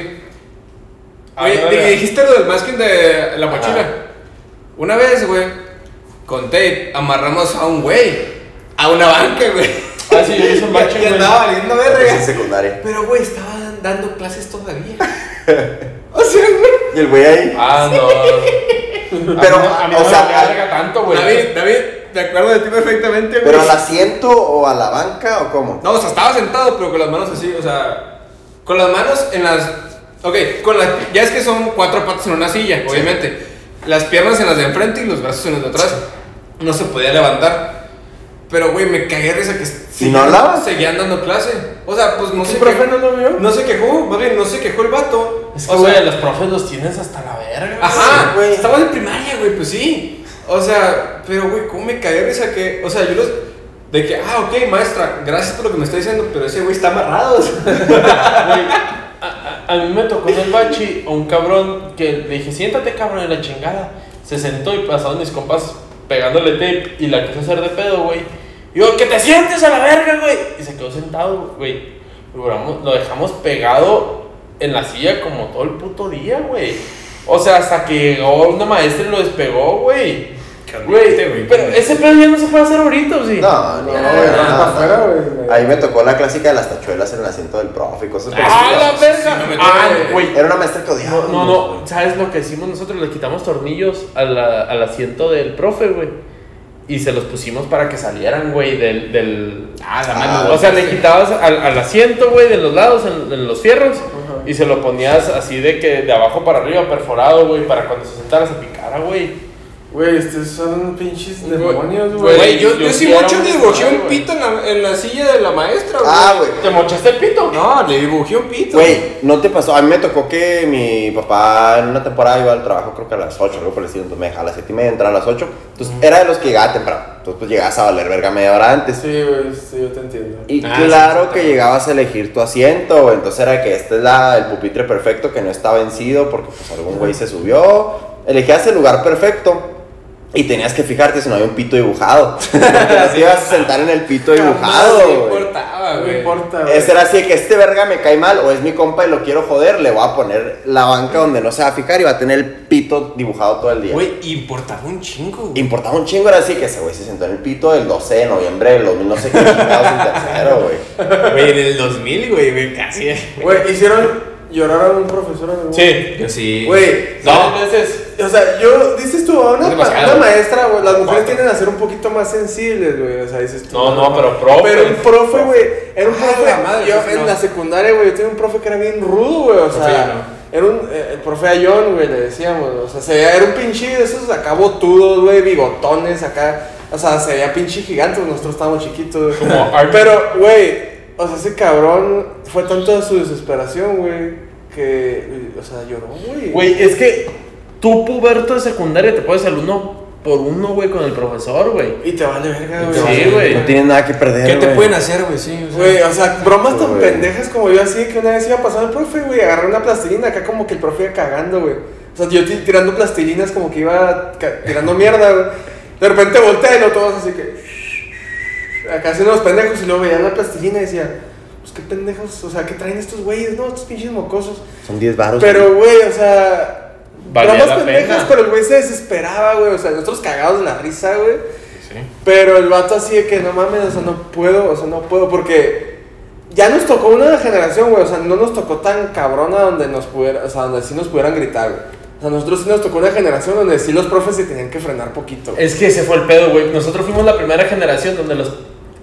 S4: Oye,
S5: Ah,
S4: di-
S5: ya.
S4: dijiste lo del masking de la mochila. Una vez, güey, con tape amarramos a un güey. A una banca, güey.
S5: Ah, sí, yo hice un bache,
S4: Y
S5: güey.
S4: andaba valiendo
S2: Es en
S4: verga.
S2: secundaria.
S4: Pero, güey, estaban dando
S2: [LAUGHS]
S4: clases todavía. O sea, güey.
S2: Y el güey ahí.
S5: Ah, no.
S2: Pero,
S5: a mí
S2: o
S5: no
S2: sea,
S5: me
S2: al-
S5: carga tanto, güey.
S4: David, David, me acuerdo de ti perfectamente, güey.
S2: ¿Pero al asiento o a la banca o cómo?
S4: No, o sea, estaba sentado, pero con las manos así, o sea, con las manos en las. Ok, con las. Ya es que son cuatro patas en una silla, obviamente. Las piernas en las de enfrente y los brazos en los de atrás. No se podía levantar. Pero, güey, me cagué de risa que.
S2: ¿Y no hablabas?
S4: Seguían dando clase. O sea, pues no sé.
S3: profe no lo vio?
S4: No se quejó, más bien, no se quejó el vato.
S1: Es que,
S4: o
S1: güey,
S4: sea,
S1: a los profes los tienes hasta la verga.
S4: Ajá,
S2: Sí, güey.
S4: estaba en primaria, güey, pues sí. O sea, pero, güey, ¿cómo me cagué de risa que. O sea, yo los. De que, ah, ok, maestra, gracias por lo que me está diciendo, pero ese güey está amarrado. o sea.
S1: Güey, a, a- a mí me tocó en el bachi a un cabrón que le dije, siéntate cabrón, y la chingada. Se sentó y pasaron mis compas pegándole tape y la quiso hacer de pedo, güey. Y yo, que te sientes a la verga, güey. Y se quedó sentado, güey. Lo duramos- Lo dejamos pegado en la silla como todo el puto día, güey. O sea, hasta que llegó una maestra y lo despegó, güey. Este, Güey, Ah, pero ese pedo ya no se puede hacer ahorita, ¿o sí?
S2: No, no, no,
S3: No, güey,
S2: no,
S3: hasta
S2: no.
S3: afuera, güey.
S2: Ahí me tocó la clásica de las tachuelas en el asiento del profe y cosas por el
S1: ¡Ah,
S2: estilo.
S1: la verga!
S4: sí me meto,
S1: ah,
S4: güey.
S1: güey,
S2: Era una maestra que odiaba.
S1: No, no, no, ¿sabes lo que hicimos nosotros? Le quitamos tornillos a la- al asiento del profe, güey. Y se los pusimos para que salieran, güey, del... del...
S4: Ah, la
S2: mano,
S1: o sea, le quitabas al, al asiento, güey, de los lados, en, en los fierros. Y se lo ponías así de que de abajo para arriba, perforado, güey, para cuando se sentara se picara, güey.
S3: Güey, estos son pinches demonios, güey.
S4: Güey, yo, yo,
S1: yo
S4: sí
S1: quiero
S4: mucho le
S1: un
S4: dibujé
S1: celular,
S4: un
S1: güey.
S4: pito en la, en la silla de la maestra, güey.
S2: Ah, güey.
S1: ¿Te mochaste el pito?
S4: No, le dibujé un pito.
S2: Güey, no te pasó. A mí me tocó que mi papá en una temporada iba al trabajo, creo que a las 8, algo por el estilo. Entonces me dejaba a las 7 y media, entraba a las 8. Entonces era de los que llegaba temprano. Entonces pues llegabas a valer verga media hora antes.
S3: Sí, güey, sí, yo te entiendo.
S2: Y
S4: Ah, sí,
S2: claro
S4: sí,
S2: que
S4: sí.
S2: llegabas a elegir tu asiento, güey. entonces era que este es la, el pupitre perfecto que no está vencido porque pues algún güey se subió. Elegías el lugar perfecto y tenías que fijarte si no había un pito dibujado. [LAUGHS] Entonces te ibas a sentar en el pito
S4: Jamás me
S2: dibujado. güey.
S4: importaba,
S3: No me
S4: güey.
S3: importa, güey.
S2: Ese era así de que este verga me cae mal o es mi compa y lo quiero joder, le voy a poner la banca donde no se va a fijar y va a tener el pito dibujado todo el día.
S4: Güey, importaba un chingo, güey.
S2: Importaba un chingo, era así que ese güey se sentó en el pito del 12 de noviembre del 2000, no sé qué chingados en tercero, güey.
S4: Güey, en el 2000, güey, güey, casi.
S3: Güey, hicieron llorar a un profesor. algún-
S1: Sí.
S4: Yo sí.
S3: Güey,
S1: Dos veces.
S3: O sea, yo, dices tú, a una,
S4: Es demasiado.
S3: pa- una maestra, güey, las mujeres
S4: Cuatro.
S3: tienden a ser un poquito más sensibles, güey. O sea, dices tú.
S1: No, no, pero profe.
S3: Pero un profe, güey, era un
S4: Ah,
S3: profe.
S4: la madre,
S3: yo
S4: profe,
S3: en
S4: no.
S3: la secundaria, güey, yo tenía un profe que era bien rudo, güey. O sea,
S4: Profe Ayón,
S3: era un. eh, el profe Ayón, güey, le decíamos. O sea, se veía, era un pinche de esos acá botudos, güey, bigotones acá. O sea, se veía pinche gigante, nosotros estábamos chiquitos. güey.
S1: Como Archie.
S3: Pero, güey, o sea, ese cabrón fue tanto de su desesperación, güey, que. güey, O sea, lloró, güey.
S1: Güey, es que tú, puberto de secundaria, te puedes alumno por uno, güey, con el profesor, güey.
S3: Y te vale verga, güey.
S1: Sí,
S3: O sea,
S1: güey.
S2: No tienes nada que perder,
S4: ¿Qué te
S2: Eh, güey.
S4: pueden hacer, güey? Sí, o sea.
S3: Güey, o sea, bromas tan
S2: Güey.
S3: pendejas como yo así que una vez iba pasando el profe, güey, agarré una plastilina acá como que el profe iba cagando, güey. O sea, yo ti- tirando plastilinas como que iba ca- tirando mierda, güey. De repente volteé y lo todos así que. Acá haciendo los pendejos y luego veía la plastilina y decía, pues qué pendejos, o sea, ¿qué traen estos güeyes, no? Estos pinches mocosos.
S2: Son 10 baros.
S3: Pero, güey, o sea.
S1: Valía
S3: bromas
S1: la
S3: pendejas,
S1: pena.
S3: pero el güey se desesperaba, güey. O sea, nosotros cagados de la risa, güey. Pero el vato así de que no mames, o sea, no puedo, o sea, no puedo, porque ya nos tocó una generación, güey, o sea, no nos tocó tan cabrona donde nos pudiera, o sea, donde sí nos pudieran gritar, güey. O sea, nosotros sí nos tocó una generación donde sí los profes se tenían que frenar poquito. güey.
S1: Es que ese fue el pedo, güey. Nosotros fuimos la primera generación donde los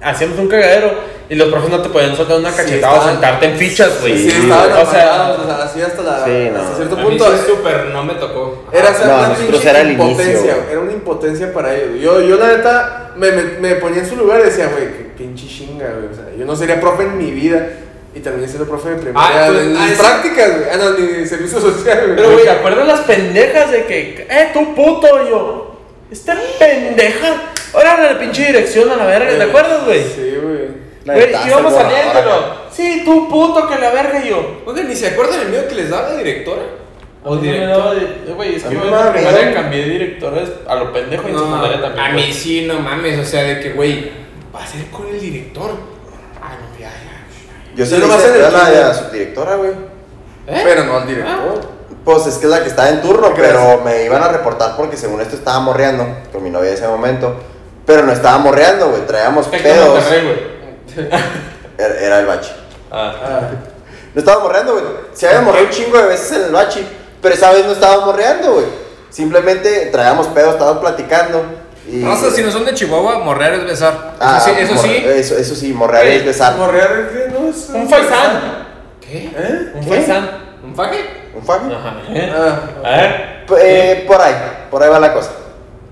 S1: hacíamos un cagadero y los profes no te podían soltar una
S3: Sí,
S1: cachetada o
S3: estaban-
S1: sentarte en fichas, güey.
S3: Sí,
S2: Sí,
S3: estaban
S1: o sea,
S3: apagados, o sea, así hasta, la,
S2: Sí, no.
S3: hasta
S4: A
S3: cierto
S4: mí
S3: punto.
S4: sí, súper no me tocó.
S3: Era
S4: Ajá.
S3: hacer
S2: No,
S3: una
S2: nosotros
S3: pinche
S2: era el
S3: impotencia,
S2: inicio,
S3: güey.
S2: güey.
S3: Era una impotencia para ellos. Yo, yo la neta, me, me, me ponía en su lugar y decía, güey, qué pinche chinga, güey. O sea, yo no sería profe en mi vida. Y terminé siendo profe de primaria.
S4: Ah, tú-
S3: en
S4: ah,
S3: mis
S4: ese-
S3: prácticas, güey. Ah, no, ni de servicio social, güey.
S1: Pero, güey, ¿te acuerdas las pendejas de que, eh, tú puto? Y yo, esta pendeja. Órale, la pinche dirección a la verga, ¿te acuerdas, güey?
S3: Sí, güey.
S2: La
S1: Güey,
S2: neta,
S1: íbamos
S2: borrador
S1: saliendo,
S2: acá.
S1: ¿no? Sí, tú puto que la verga y yo.
S4: Oigan, ¿ni se acuerdan el miedo que les daba la directora?
S1: O
S4: director.
S1: Güey, es
S2: A
S1: que
S2: mí
S1: yo
S2: me
S1: en la
S2: da
S1: primaria
S2: miedo.
S1: cambié de directores a lo pendejo y en secundaria también.
S4: a
S1: güey.
S4: mí sí, no mames, o sea, de que, güey, va a ser con el director. Ah, no, ya, ya.
S2: Yo sí
S3: Yo
S2: le
S3: nomás
S2: hice
S3: en el
S2: pedo a la-
S3: kinder.
S2: a la subdirectora, güey.
S4: ¿Eh?
S3: Pero no al director.
S2: Pues es que es la que estaba en turno,
S3: crees?
S2: pero me iban a reportar porque según esto estaba morreando con mi novia en ese momento. Pero no estaba morreando, güey, traíamos
S1: Tecno
S2: pedos.
S1: Monterrey, güey.
S2: Era, era el bache.
S1: Ah.
S2: No estaba morreando, güey. Se había morreado un chingo de veces en el bachi, pero esa vez no estaba morreando, güey. Simplemente traíamos pedos, estábamos platicando. Y...
S4: Raza, si no son de Chihuahua, morrer es besar.
S2: Ah,
S4: eso sí, eso
S2: morre-
S4: sí.
S2: Eso, eso sí, morrear
S1: Güey,
S2: es besar.
S3: Morrear es que no es.
S1: Un faisán.
S4: ¿Qué?
S3: ¿Eh?
S1: Un
S2: ¿Qué?
S1: faisán.
S4: ¿Un faje?
S2: ¿Un fajo?
S1: Ajá. ¿eh?
S3: Ah.
S1: A ver.
S2: P- eh, por ahí, por ahí va la cosa.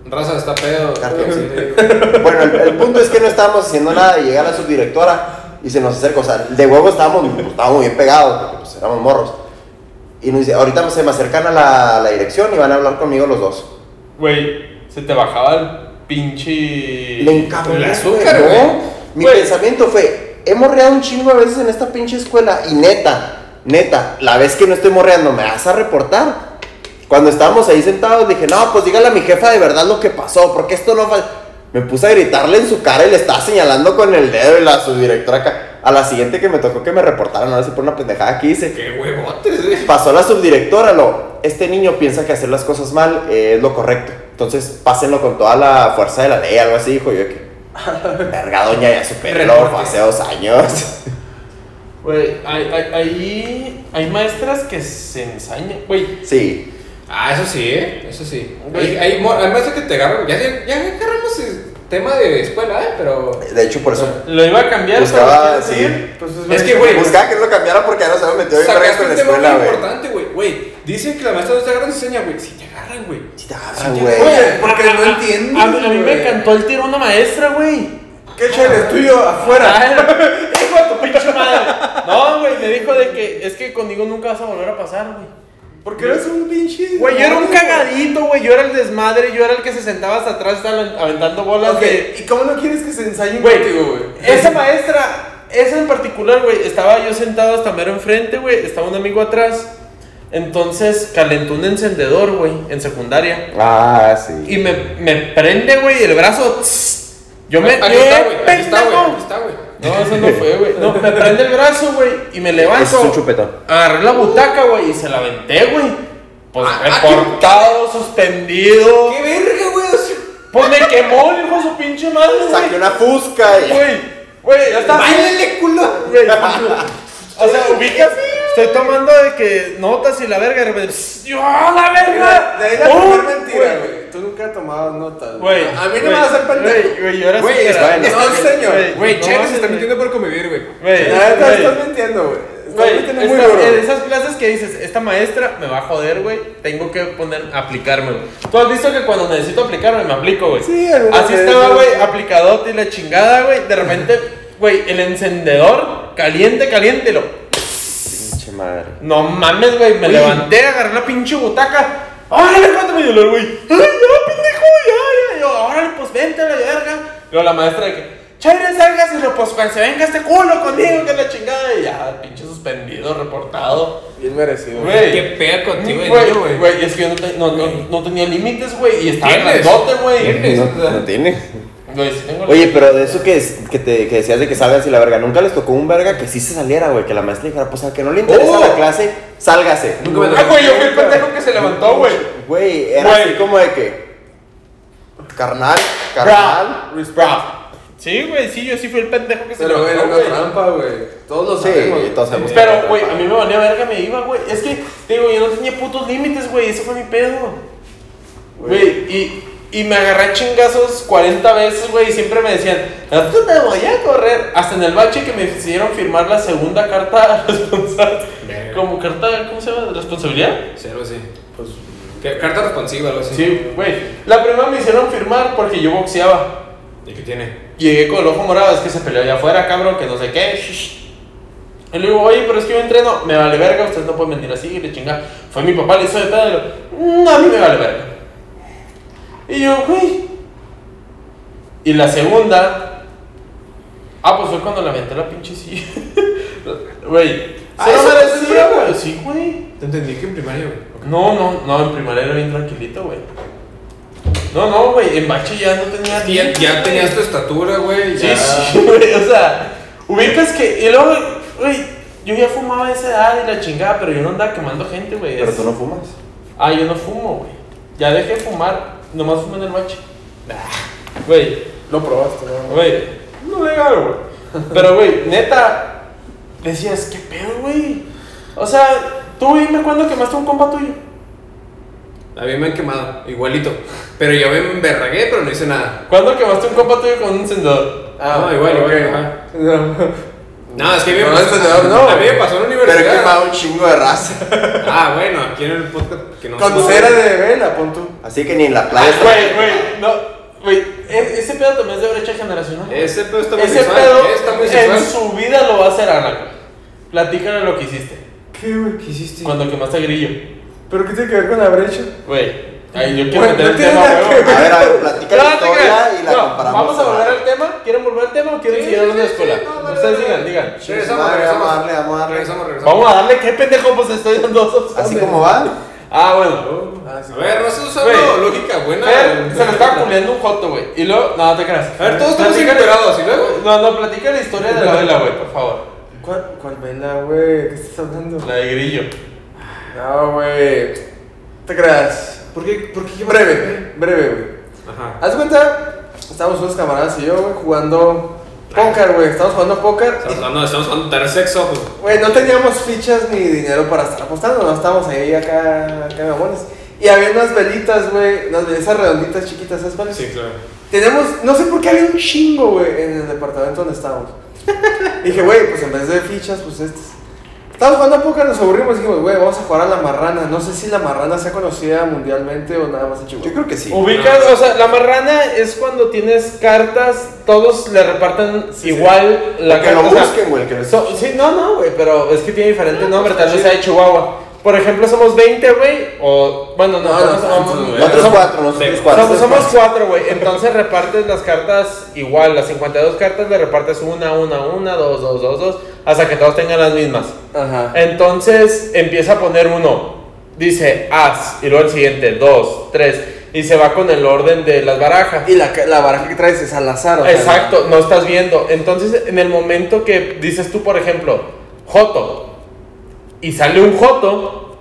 S4: Raza está pedo.
S2: Cartón, sí.
S4: Sí.
S2: Bueno, el, el punto es que no estábamos haciendo nada y llega la subdirectora y se nos acerca. O sea, de huevo estábamos, pues, estábamos bien pegados, porque pues, éramos morros. Y nos dice, ahorita se me acercan a la, a la dirección y van a hablar conmigo los dos.
S1: Güey, se te bajaba el pinche.
S2: Le encabronó.
S1: eh, el azúcar.
S4: azúcar,
S2: güey.
S4: güey.
S2: Mi
S1: Güey.
S2: pensamiento fue, he morreado un chingo de veces en esta pinche escuela y neta, neta, la vez que no estoy morreando, ¿me vas a reportar? Cuando estábamos ahí sentados, dije, no, pues dígale a mi jefa de verdad lo que pasó, porque esto no fal-". Me puse a gritarle en su cara y le estaba señalando con el dedo y la subdirectora acá. A la siguiente que me tocó que me reportaran, ahora sí por una pendejada que hice.
S4: Qué huevotes, güey.
S2: Pasó la subdirectora, lo. Este niño piensa que hacer las cosas mal eh, es lo correcto. Entonces, pásenlo con toda la fuerza de la ley, algo así, dijo yo. de
S4: [LAUGHS]
S2: que, Verga, doña, ya superó,
S4: Reporte.
S2: fue hace dos años. [LAUGHS]
S1: Güey, hay, hay, hay, hay maestras que se ensañan. Güey,
S2: Sí,
S4: Ah, eso sí, ¿eh? Eso sí.
S1: Güey.
S4: Hay, hay, mo- hay maestros que te agarran. Ya, ya, ya agarramos el tema de escuela, ¿eh? Pero.
S2: de hecho, por eso
S1: lo iba a cambiar.
S2: buscaba,
S1: pero-
S2: sí.
S3: Pues
S4: Es que, güey.
S2: Buscaba que lo cambiara porque ya nos habíamos metido bien verga
S4: Sacaste
S2: con
S4: un
S2: la
S4: tema muy
S2: escuela, güey.
S4: importante, güey. Güey, dicen que la maestra no te agarran enseña, güey. Si te agarran, güey.
S2: Sí, te agarran,
S4: Güey,
S2: güey.
S4: porque no
S1: A,
S4: entiendes,
S1: a mí me
S4: güey.
S1: encantó el tiro a una maestra, güey. Ah,
S3: ¿Qué chévere es tuyo afuera?
S1: [LAUGHS] Hijo de tu pinche madre. No, güey, me dijo de que es que conmigo nunca vas a volver a pasar, güey.
S3: Porque eres un pinche.
S1: Güey, yo era un cagadito, güey. Yo era el desmadre, yo era el que se sentaba hasta atrás estaba aventando bolas
S3: Ok,
S1: de-
S3: ¿y cómo no quieres que se ensayen
S1: Güey,
S3: contigo, güey?
S1: Esa maestra, esa en particular, güey, estaba yo sentado hasta mero enfrente, güey, estaba un amigo atrás. Entonces calentó un encendedor, güey, en secundaria.
S2: Ah, sí.
S1: Y me, me prende, güey, el brazo. tss. Yo me.
S4: Aquí está, güey.
S1: ¡Eh,
S4: Aquí está, güey.
S1: pendejo!
S4: Aquí está, güey.
S1: No, eso no fue, güey. No, me prende el brazo, güey, y me
S2: Eso es un
S1: levanto.
S2: chupetón.
S1: Agarré la butaca, güey, y se la aventé, güey. Pues
S4: Ah, ah,
S1: reportado, suspendido.
S4: ¡Qué verga, güey! O sea,
S1: Pues me quemó, el hijo de su pinche madre, güey.
S2: Saqué una fusca y.
S1: Güey, güey, ya está.
S4: ¡Báilale, culo!
S1: Güey, o sea, ubicas, estoy tomando de que notas y la verga y de repente. "Pss, ¡Yo, a la verga!
S3: De ahí la
S1: ¡Oh,
S3: primer mentira,
S1: güey!
S3: güey. Tú nunca tomabas notas,
S1: Güey,
S3: A mí no
S1: güey,
S3: me vas a hacer pendejo.
S1: Güey, güey, yo era
S4: Güey,
S1: súper-
S4: está-
S3: No, señor.
S4: Güey,
S1: no
S4: Charles
S1: mames,
S4: se está
S1: güey.
S4: mintiendo por convivir, güey.
S1: Güey,
S3: La neta,
S1: güey.
S3: estás mintiendo, güey. Estás
S1: Güey,
S3: mintiendo muy
S1: esta-
S3: duro.
S1: en esas clases que dices, esta maestra me va a joder, güey, tengo que poner, aplicarme, güey. Tú has visto que cuando necesito aplicarme, me aplico, güey.
S3: Sí, algunas
S1: Así
S3: veces.
S1: estaba, güey, aplicadote y la chingada, güey. De repente, [LAUGHS] güey, el encendedor, caliente, caliente, lo.
S2: Pinche madre.
S1: No mames, güey, me levanté, agarré la pinche butaca. ¡Órale, cuánto me dolor, güey! ¡Ay, ya, pendejo! ¡Ya, ya! Yo, órale, pues vente a la verga. Luego la maestra de que, chévere, salgas y lo, pues cuando se venga este culo conmigo, que la chingada. Y ya, pinche suspendido, reportado.
S3: Bien merecido. güey.
S1: Güey.
S4: Qué pedo contigo, de niño,
S1: Güey, güey, es que yo no, te- no, no, no tenía límites, güey, y estaba
S4: ¿Tienes?
S1: grandote, güey.
S4: ¿Tienes?
S2: No, no tiene.
S1: Güey, sí tengo
S2: Oye, pero de eso que, es- que, te, que decías de que salgas y la verga, nunca les tocó un verga que sí se saliera, güey, que la maestra dijera, pues al que no le interesa
S1: ¡Oh!
S2: la clase, sálgase.
S4: Nunca me
S1: Ah, güey, yo fui el pendejo que se levantó, güey.
S2: Güey, era
S1: Güey.
S2: así como de que, carnal, carnal.
S1: Bra. Sí, güey, sí, yo sí fui el pendejo que se
S3: Pero,
S1: levantó,
S3: güey, era una
S1: güey.
S3: trampa, güey. Todos lo
S2: Sí,
S3: sabemos.
S2: todos sabemos.
S1: Pero, güey, a mí me valía verga, me iba, güey. Es que, te digo, yo no tenía putos límites, güey. Ese fue mi pedo. Güey, y, y me agarré a chingazos 40 veces, güey. Y siempre me decían, "A tú te voy a correr. Hasta en el bache que me hicieron firmar la segunda carta responsable.
S4: Verga.
S1: Como carta, ¿cómo se llama? ¿Responsabilidad?
S4: Sí, algo así. Pues. ¿Qué- Carta responsiva, algo así.
S1: Sí, güey. La primera me hicieron firmar porque yo boxeaba.
S4: ¿Y qué tiene?
S1: Llegué con el ojo morado, es que se peleó allá afuera, cabrón, que no sé qué. shh. Y le digo, oye, pero es que yo entreno, me vale verga, ustedes no pueden mentir así, y le chinga. Fue mi papá, le hizo de pedo, y lo, "Mm, a mí me vale verga. Y yo, güey. Y la segunda, ah, pues fue cuando le aventé la pinche silla. [LAUGHS] Güey.
S4: Ah,
S1: ¿Se lo
S4: ¿eso fue en
S1: merecía,
S4: primaria?
S1: güey? Sí, güey.
S4: Te entendí que en primaria, güey.
S1: No, no, no, en primaria era bien tranquilito, güey. No, no, güey, en bache ya no tenía
S4: Ya,
S1: dientes,
S4: ya
S1: güey.
S4: tenías tu estatura, güey.
S1: Ah, Sí,
S4: ya-
S2: Ah.
S1: sí, güey, o sea, ubicas que. Y luego, güey, yo ya fumaba a esa edad y la chingada, pero yo no andaba quemando gente, güey.
S2: Pero
S1: es-
S2: tú no fumas.
S1: Ah, yo no fumo, güey. Ya dejé de fumar, nomás fumo en el bache. Ah, Güey,
S3: Lo probaste, ¿no?
S1: güey, no legal, güey. Pero, güey, neta, decías, ¿qué pedo, güey? O sea, tú dime cuándo quemaste un compa tuyo.
S4: A mí me han quemado, igualito. Pero yo me emberragué, pero no hice nada.
S1: ¿Cuándo quemaste un compa tuyo con un encendedor?
S4: Ah, no, igual, igual.
S3: ok.
S4: ajá.
S3: No.
S4: No, es que a mí me
S3: No,
S4: pasó,
S3: encendedor no.
S4: a mí me pasó en la
S2: Pero
S4: universidad.
S2: quemaba un chingo de raza.
S4: Ah, bueno, aquí en el podcast que no
S3: Con
S4: somos-
S3: cera de vela, pon tú.
S2: Así que ni en la playa.
S1: Güey, güey, no, güey, e- ese pedo también es de brecha
S2: Eh,
S1: generacional.
S4: Ese pedo está muy
S1: Ese
S4: sexual,
S1: pedo
S4: eh, está muy
S1: en
S4: sexual.
S1: su vida lo va a hacer Ana. güey. Platícale lo que hiciste.
S3: ¿Qué, güey? ¿Qué hiciste?
S1: Cuando quemaste a Grillo.
S3: ¿Pero qué tiene que ver con la brecha?
S1: Güey. Ay, yo quiero
S3: Güey,
S1: meter
S3: no
S1: el
S3: tiene
S1: tema,
S3: nada que
S1: güey.
S2: A ver, a ver,
S1: No,
S2: platica la
S1: no te
S2: historia
S1: creas.
S2: y la
S1: No,
S2: comparamos.
S1: Vamos a
S2: con la-
S1: volver al tema. ¿Quieren volver al tema o quieren
S4: Sí,
S1: seguir
S4: sí,
S1: hablando de
S4: sí,
S1: escuela?
S4: no, dale,
S1: Ustedes
S4: dale,
S1: digan,
S4: dale.
S1: digan.
S4: Regresamos,
S2: Madre,
S4: regresamos.
S2: vamos a darle, vamos a darle.
S4: Regresamos, regresamos.
S1: Vamos a darle, qué pendejo, pues estoy dando dos opciones.
S2: Así como va.
S1: Ah, bueno.
S4: A ver, no estás usando
S1: Güey.
S4: lógica buena.
S1: Fer, se me estaba culiando un joto, güey. Y luego, no, no te creas.
S4: A ver, todos estamos
S1: Platícale-
S4: recuperados, ¿y luego?
S1: No, no, platica la historia
S4: [LAUGHS]
S1: de la vela, güey, por favor.
S3: ¿Cuál, cuál vela, güey? ¿Qué estás hablando?
S1: La de grillo.
S3: No, güey. Te creas. ¿Por qué? ¿Por qué? Breve, breve, güey.
S4: Ajá.
S3: Haz de cuenta, estábamos unos camaradas y yo, güey, jugando póker, güey. Estamos jugando póker.
S4: Estamos hablando, estamos hablando de tener sexo. pues.
S3: Güey, no teníamos fichas ni dinero para estar apostando, no estábamos ahí acá, acá mamones. Y había unas velitas, güey, unas velitas redonditas chiquitas, ¿sabes cuáles?
S4: Sí, claro.
S3: Tenemos, no sé por qué había un chingo, güey, en el departamento donde estábamos. [LAUGHS] Dije, güey, pues en vez de fichas, pues estas. Estábamos jugando a póker, nos aburrimos, dijimos, güey, vamos a jugar a la marrana. No sé si la marrana sea conocida mundialmente o nada más en
S2: Yo
S3: Chihuahua.
S2: creo que sí.
S1: Ubicas, o sea, la marrana es cuando tienes cartas, todos le reparten igual la
S2: La que lo
S1: carta, o sea,
S2: busquen, güey. el Que lo
S1: so- sí, no, no, güey, pero es que tiene diferente nombre, tal vez sea de Chihuahua. Por ejemplo, somos 20, güey, o bueno, no,
S3: No,
S1: no,
S3: no,
S1: somos,
S3: tantos, güey.
S2: Nosotros
S1: somos-
S2: cuatro, nosotros
S4: Sí.
S2: cuatro.
S1: somos- somos cuatro, güey. Entonces repartes las cartas igual, las 52 cartas le repartes una, una, una, dos, dos, dos, dos, hasta que todos tengan las mismas.
S3: Ajá.
S1: Entonces empieza a poner uno. Dice as y luego el siguiente, dos, tres. Y se va con el orden de las barajas.
S3: Y la, ca- la baraja que traes es al azar, o sea,
S1: Exacto, no estás viendo. Entonces en el momento que dices tú, por ejemplo, Joto, y sale un Joto,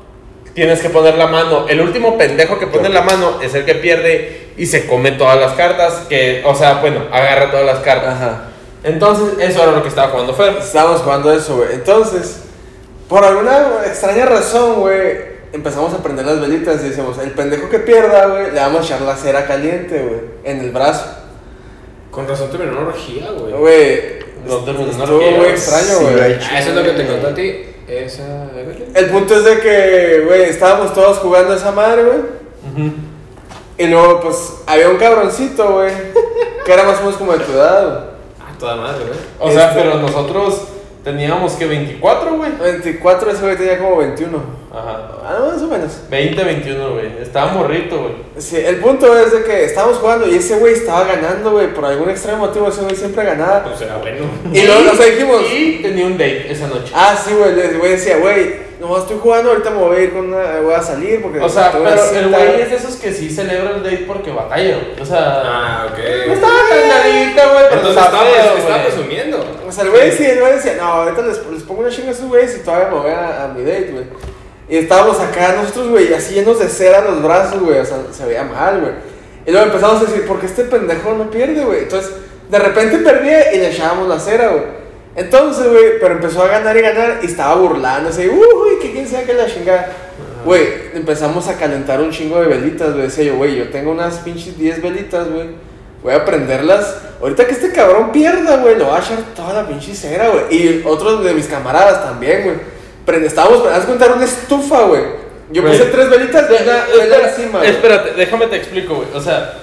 S1: tienes que poner la mano. El último pendejo que pone la mano es el que pierde y se come todas las cartas. Que, o sea, bueno, agarra todas las cartas.
S3: Ajá.
S1: Entonces eso era lo que estaba jugando Fer.
S3: Estábamos jugando eso, güey. Entonces, por alguna extraña razón, güey, empezamos a prender las velitas y decimos, el pendejo que pierda, güey, le vamos a echar la cera caliente, güey, en el brazo.
S4: Con razón terminó una orgía, güey.
S3: Güey,
S1: No terminó una
S3: estuvo
S1: orgía.
S3: muy extraño,
S2: Sí, lo he
S3: güey.
S2: hecho.
S4: Ah, eso es lo que te contó a ti. Esa. de verga.
S3: El punto es de que, güey, estábamos todos jugando a esa madre, güey. Y luego, pues, había un cabroncito, güey, que era más o menos como de tu edad,
S4: Ah, toda madre, güey.
S1: O sea,
S3: Este-
S1: pero nosotros teníamos que 24, güey.
S3: güey. 24, ese güey tenía como 21.
S1: Ajá.
S3: Ah, más o menos.
S1: 20, 21, güey. Estaba morrito, güey.
S3: Sí, el punto es de que estábamos jugando y ese güey estaba ganando, güey, por algún extraño motivo ese güey siempre ganaba.
S4: Pues era bueno.
S3: Y luego nos dijimos,
S1: Y tenía un date esa noche.
S3: ah, sí, güey, el güey decía, güey, nomás estoy jugando, ahorita me voy a ir con una, voy a salir porque...
S1: o sea,
S3: tengo una
S1: pero el
S3: cita".
S1: güey es de esos que sí celebra el date porque batalla, güey. O sea,
S4: Ah, ok.
S1: no estaba tan nadita, güey, pero
S4: Entonces
S1: estaba
S4: estaba,
S1: feo,
S4: estaba
S1: güey.
S4: presumiendo.
S3: O sea, el güey sí, el güey decía, no, ahorita les, les pongo una chinga a esos güeyes y todavía me voy a, a mi date, güey. Y estábamos acá nosotros, güey, así llenos de cera en los brazos, güey, o sea, se veía mal, güey. Y luego empezamos a decir, ¿por qué este pendejo no pierde, güey? Entonces, de repente perdía y le echábamos la cera, güey. Entonces, güey, pero empezó a ganar y ganar y estaba burlándose, uy, que quién sabe que la chingada. Güey, empezamos a calentar un chingo de velitas, güey. Decía yo, güey, yo tengo unas pinches 10 velitas, güey. Voy a prenderlas. Ahorita que este cabrón pierda, güey, lo va a echar toda la pinche cera, güey. Y otros de mis camaradas también, güey. Prende, estábamos, haz de cuenta, era una estufa, güey. Yo
S1: Güey.
S3: puse tres velitas y una vela
S1: Espera-
S3: encima, güey.
S1: Espérate, déjame te explico, güey. O sea,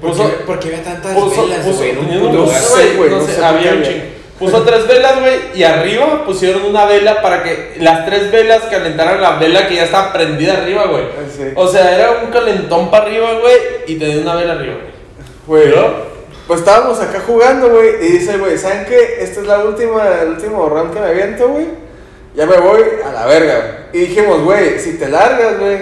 S4: Puso, ¿Por qué había tantas
S1: puso,
S4: velas,
S1: puso,
S4: güey, en un
S1: tenía
S4: puto
S1: un-
S4: lugar?
S1: no
S3: güey,
S1: sé,
S3: güey,
S1: no
S3: no
S1: sé,
S3: sé por
S1: había
S3: qué,
S1: un
S3: güey.
S1: chingo. Puso tres velas, güey, y arriba pusieron una vela para que las tres velas calentaran la vela que ya estaba prendida arriba, güey.
S3: Sí.
S1: O sea, era un calentón para arriba, güey, y tenía una vela arriba, güey.
S3: Güey,
S1: ¿Pero?
S3: Pues estábamos acá jugando, güey, y dice, güey, ¿saben qué? Esta es la última, el último round que me aviento, güey. Ya me voy a la verga. güey. Y dijimos, güey, si te largas, güey.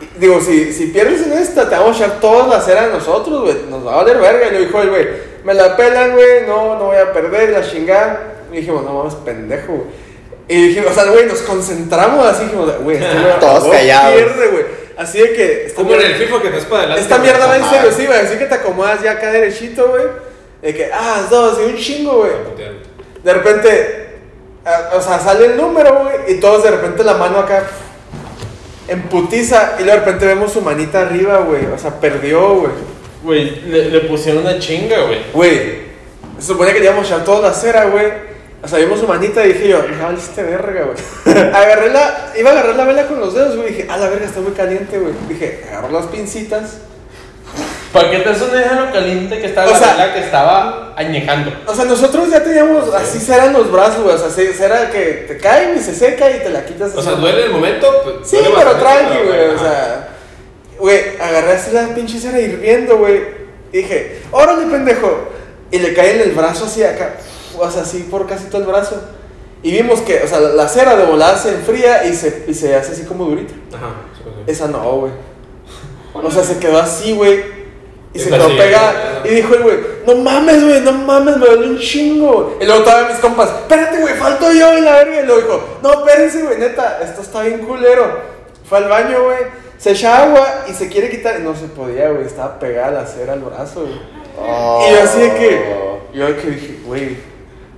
S3: y- Digo, si, si pierdes en esta, te vamos a echar todas las ceras a nosotros, güey. Nos va a valer verga. Y le dijo el güey, me la pelan, güey, no, no voy a perder, la chingada. Y dijimos, no mames, pendejo, güey. Y dijimos, o sea, güey, nos concentramos así, dijimos, güey, este
S4: [LAUGHS]
S3: güey,
S2: Todos
S3: no
S2: callados.
S3: pierde, güey. Así de que. esta
S4: Como en
S3: mierda-
S4: el FIFA que no es para adelante.
S3: esta mierda va en
S2: Ajá.
S3: serio, sí, güey. Así que te acomodas ya acá derechito, güey. De que, ah, dos, y un chingo, güey. De repente, ah, o sea, sale el número, güey. Y todos de repente la mano acá en putiza. Y luego de repente vemos su manita arriba, güey. O sea, perdió, güey.
S1: Güey, le, le pusieron una chinga, güey.
S3: Güey, se suponía que le íbamos a echar toda la cera, güey. O sea, vimos su manita y dije yo, ya valiste verga, güey. [LAUGHS] Agarré la, iba a agarrar la vela con los dedos, güey. Dije, ah, la verga, está muy caliente, güey. Dije, agarro las pincitas.
S1: ¿Para qué te haces una idea de lo caliente que estaba
S3: O
S1: la
S3: sea-
S1: vela que estaba añejando?
S3: O sea, nosotros ya teníamos así cera en los brazos, güey. O sea, se- cera que te cae y se seca y te la quitas.
S4: O
S3: así.
S4: sea, duele el momento. pues,
S3: Sí,
S4: duele
S3: pero
S4: bastante,
S3: tranqui, güey. O
S4: ajá.
S3: sea, güey, agarré así la pinche cera hirviendo, güey. y Dije, órale, pendejo. Y le cae en el brazo así acá. O sea, así por casi todo el brazo. Y vimos que, o sea, la, la cera de volada se enfría y se, y se hace así como durita.
S4: Ajá. sí, sí.
S3: Esa no, güey. [LAUGHS] O sea, se quedó así, güey. Y
S4: Es
S3: se quedó
S4: así,
S3: pegada.
S4: ¿no?
S3: Y dijo el güey, no mames, güey, no mames, me duele un chingo. Y luego todavía mis compas, espérate, güey, falto yo en la verga. Y luego dijo, no, espérense, güey, neta, esto está bien culero. Fue al baño, güey, se echa agua y se quiere quitar. No se podía, güey, estaba pegada la cera al brazo, güey. Y yo así de que, yo de que dije, güey,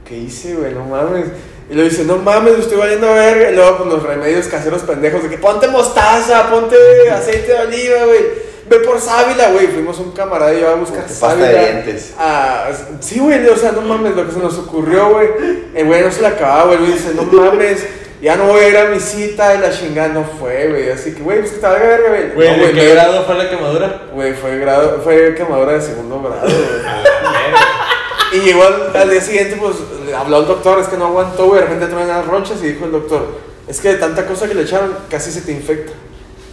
S3: ¿qué hice, güey? No mames. Y luego dice, no mames, me estoy valiendo verga. Y luego con los remedios caseros pendejos de que ponte mostaza, ponte aceite de oliva, güey. Ve por sábila, güey. Fuimos un camarada y yo a buscar
S2: Ponte pasta
S3: sábila.
S2: de dientes.
S3: Ah, sí, güey, o sea, no mames, lo que se nos ocurrió, güey. El güey no se la acababa, güey. El güey dice, no mames, ya no voy a ir a mi cita. Y la chingada no fue, güey. Así que, güey, pues que te valga verga, güey.
S1: Güey,
S3: No,
S1: ¿de
S3: güey,
S1: qué
S3: me-
S1: grado fue la quemadura?
S3: Güey, fue, grado, fue quemadura de segundo grado, güey.
S4: A la verga.
S3: Y llegó al, al día siguiente, pues le habló al doctor, es que no aguantó, güey. De repente traen las ronchas y dijo el doctor: Es que de tanta cosa que le echaron, casi se te infecta.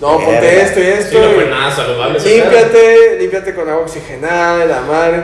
S3: No,
S2: Verga.
S3: ponte esto y
S4: Sí, no
S3: esto.
S4: fue
S3: güey.
S4: nada saludable. esa cara.
S3: límpiate, límpiate con agua oxigenada, la madre.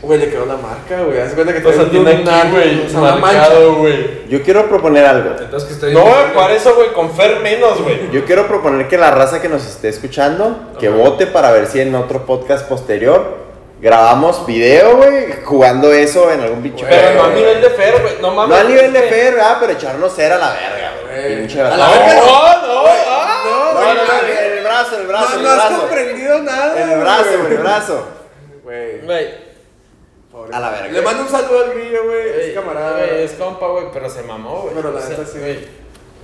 S3: Güey, le quedó la marca, güey. Haz de cuenta que
S1: O sea,
S3: trae un
S1: tiene aquí,
S3: nar-
S1: güey,
S3: o sea, una mancha.
S1: marcado, güey.
S2: Yo quiero proponer algo.
S4: Entonces, que estoy
S1: No voy a jugar eso, güey, con Fer menos, güey.
S2: Yo quiero proponer que la raza que nos esté escuchando, que vote para ver si en otro podcast posterior grabamos video, güey, jugando eso en algún pinche.
S1: Pero no a
S2: Eh,
S1: nivel de Fer, güey. No
S2: no
S1: mames.
S2: a nivel de fer, ah, pero echarnos cera a la verga, güey.
S3: Güey.
S2: Pinche
S3: A
S1: No,
S3: la
S2: brazo.
S3: verga,
S1: no,
S3: Güey,
S1: ah.
S3: No,
S2: No,
S3: güey,
S2: no, no,
S3: no,
S2: el brazo, el brazo,
S3: no,
S2: el
S3: no has
S2: brazo.
S3: comprendido nada.
S2: El brazo, güey, el brazo.
S3: Güey,
S1: Güey,
S3: pobre.
S2: A la verga.
S3: Le mando un saludo al grillo, güey. Es camarada.
S1: Güey, es compa, güey, pero se mamó, güey.
S3: Pero la
S1: O sea,
S3: neta sí.
S1: güey,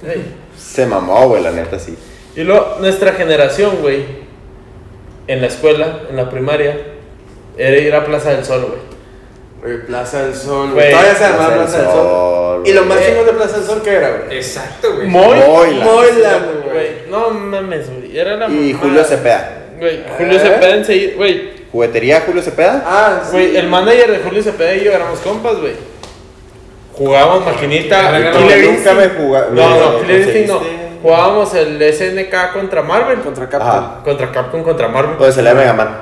S1: güey.
S2: Se mamó, güey, la neta, sí.
S1: Y luego, nuestra generación, güey, en la escuela, en la primaria, era ir a Plaza del Sol, güey.
S3: Güey, Eh, Plaza del
S1: Güey,
S3: Sol, güey. Todavía se
S2: Plaza
S3: llamaba
S2: del
S3: Plaza del
S2: Sol,
S3: Sol.
S2: güey.
S3: Y lo más
S1: Eh.
S3: chingón de Plaza del Sol que era, güey.
S4: Exacto, güey.
S1: Moy.
S2: Moilan.
S3: Moilan, güey.
S1: Güey, no mames, güey. Era la
S2: Y
S1: mamada.
S2: Julio Cepeda.
S1: Güey, Julio
S3: ¿Eh?
S1: Cepeda enseguida, güey.
S2: ¿Juguetería Julio Cepeda?
S3: Ah, sí.
S1: Güey, el manager de Julio Cepeda y yo éramos compas, güey. Jugábamos maquinita.
S4: Ah,
S1: y
S4: no,
S1: Killer
S4: no,
S1: Instinct.
S2: nunca me jugaba.
S1: No,
S3: Eh,
S1: no, Killer Instinct no. Jugábamos el SNK contra Marvel.
S3: Contra
S2: Ajá.
S3: Captain.
S1: Contra Capcom, contra Marvel.
S2: Pues el Mega Man.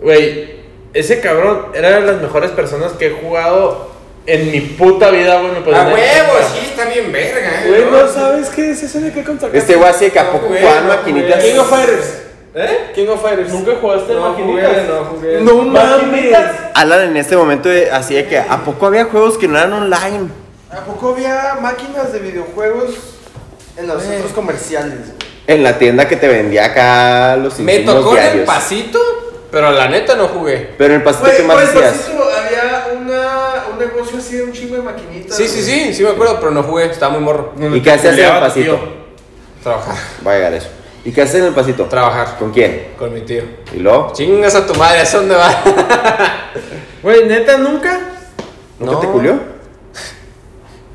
S1: Güey, ese cabrón era de las mejores personas que he jugado en mi puta vida, güey. Me
S4: A
S1: podían-
S4: huevo, sí, está bien verga, eh.
S3: Güey, no sabes qué es eso de qué contra Captain.
S2: Este güey así que a poco
S4: güey,
S2: jugaban
S4: no,
S2: maquinitas.
S4: güey.
S3: King of Fighters.
S4: ¿Eh?
S3: King of Fighters.
S1: ¿Nunca jugaste
S4: No jugué,
S1: maquinitas?
S4: no jugué.
S3: No mames.
S1: ¿Maquinitas?
S2: Alan en este momento eh, así de que ¿a poco había juegos que no eran online?
S3: ¿A poco había máquinas de videojuegos en los centros comerciales, güey?
S2: En la tienda que te vendía acá los
S4: Me
S2: insumos
S4: tocó en el
S2: diarios.
S4: pasito, pero la neta no jugué.
S2: Pero en el pasito que
S3: Güey,
S2: más
S3: por el
S2: hacías.
S3: pasito había una, un negocio así de un chingo de maquinitas.
S4: Sí, sí,
S3: güey.
S4: sí, sí me acuerdo, pero no jugué, estaba muy morro.
S2: ¿Y qué hacías en el
S1: Culeaba,
S2: pasito?
S1: tío.
S4: Trabajar,
S2: Va a llegar eso. ¿Y qué haces en el pasito?
S4: trabajar
S2: ¿Con quién?
S4: con mi tío.
S2: ¿Y luego?
S4: Chingas a tu madre, ¿a dónde va?
S1: Güey, neta, nunca.
S2: ¿Nunca
S4: No.
S2: te culió?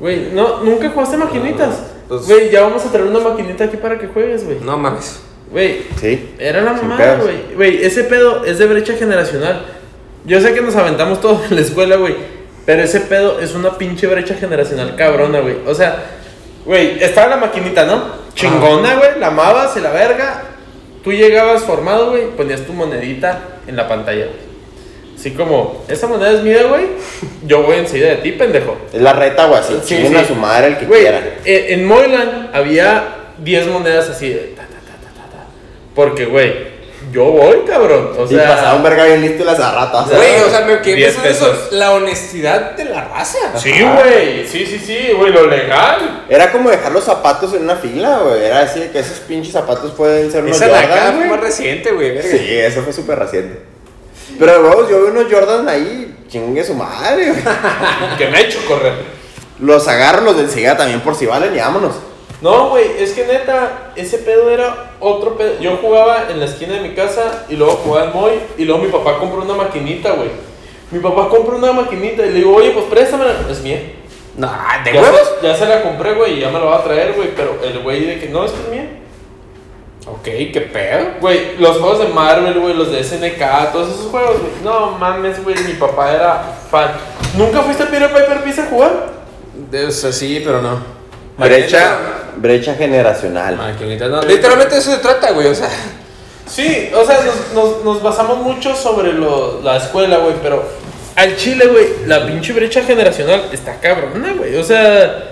S1: Güey, no, nunca jugaste maquinitas.
S4: pues-
S1: Güey, ya vamos a traer una maquinita aquí para que juegues, güey.
S4: No mames.
S1: Güey,
S2: Sí.
S1: era la
S2: Sin
S1: mamada,
S2: pedos.
S1: güey. Güey, ese pedo es de brecha generacional. Yo sé que nos aventamos todos en la escuela, güey. Pero ese pedo es una pinche brecha generacional cabrona, güey. O sea, güey, estaba la maquinita, ¿no? Chingona, güey. La amabas y la verga. Tú llegabas formado, güey. Ponías tu monedita en la pantalla. güey. Así como, esa moneda es mía, güey. Yo voy enseguida de ti, pendejo.
S2: Es la reta, güey, así.
S1: Sí,
S2: chinguen
S1: sí.
S2: a su madre el que
S1: Güey, eh,
S2: quiera.
S1: en, en Moyland había 10 monedas así. de ta, ta, ta, ta, ta, ta. Porque, güey, yo voy, cabrón. O
S2: y
S1: sea,
S2: pasaba un verga bien listo y las agarraba todas.
S4: Güey, o sea, me quedé
S1: 10
S4: pensando eso.
S1: pesos.
S4: La honestidad de la raza.
S1: Sí, güey. Sí, sí, sí, güey, lo legal.
S2: Era como dejar los zapatos en una fila, güey. Era así de que esos pinches zapatos pueden ser unos
S4: Esa la acá
S2: Jordan,
S4: fue
S2: güey.
S4: más reciente, güey. verga.
S2: Sí, eso fue súper reciente. Pero, de huevos, yo vi unos Jordan ahí, chingue su madre, güey.
S1: Que me ha hecho correr.
S2: Los agarro, los del Sega también por si valen y vámonos.
S1: No, güey, es que neta, ese pedo era otro pedo. Yo jugaba en la esquina de mi casa y luego jugaba al Moy y luego mi papá compró una maquinita, güey. Mi papá compró una maquinita y le digo, oye, pues préstamela. Es mía.
S4: No, ¿de
S1: ya
S4: huevos?
S1: Se, ya se la compré, güey, y ya me la va a traer, güey. Pero el güey de que no, es que es mía.
S4: Ok, qué pedo.
S1: Güey, los juegos de Marvel, güey, los de SNK, todos esos juegos, güey. No mames, güey, mi papá era fan. ¿Nunca fuiste a Peter Piper Pizza a jugar?
S4: De- O sea, sí, pero no.
S2: Brecha, brecha generacional.
S4: Maquinita,
S1: Eh,
S4: no. Literalmente de eso se trata, güey. O sea,
S1: Sí, o sea, nos, nos- nos basamos mucho sobre lo- la escuela, güey, pero al chile, güey, la pinche brecha generacional está cabrona, güey. O sea,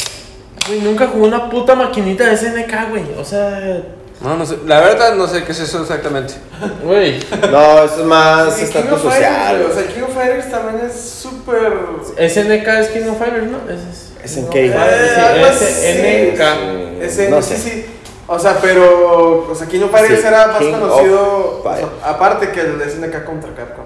S1: güey, nunca jugó una puta maquinita de SNK, güey. O sea,
S4: no, no sé. La verdad, no sé qué es eso exactamente.
S1: güey,
S2: No, eso es más
S3: Y Ah, King
S2: estatus
S3: of Fighters,
S2: social.
S3: güey, O
S2: güey.
S3: sea, King of Fighters también es súper.
S1: SNK es King of Fighters, ¿no? Es,
S2: Es en
S3: Eh, algo así.
S1: SNK.
S3: Ese,
S2: No
S3: sí,
S2: sé.
S3: sí. O sea, pero. O sea, King of Fighters
S2: Sí,
S3: era más
S2: King of
S3: conocido. o sea,
S2: Fighters.
S3: aparte que el SNK contra Capcom.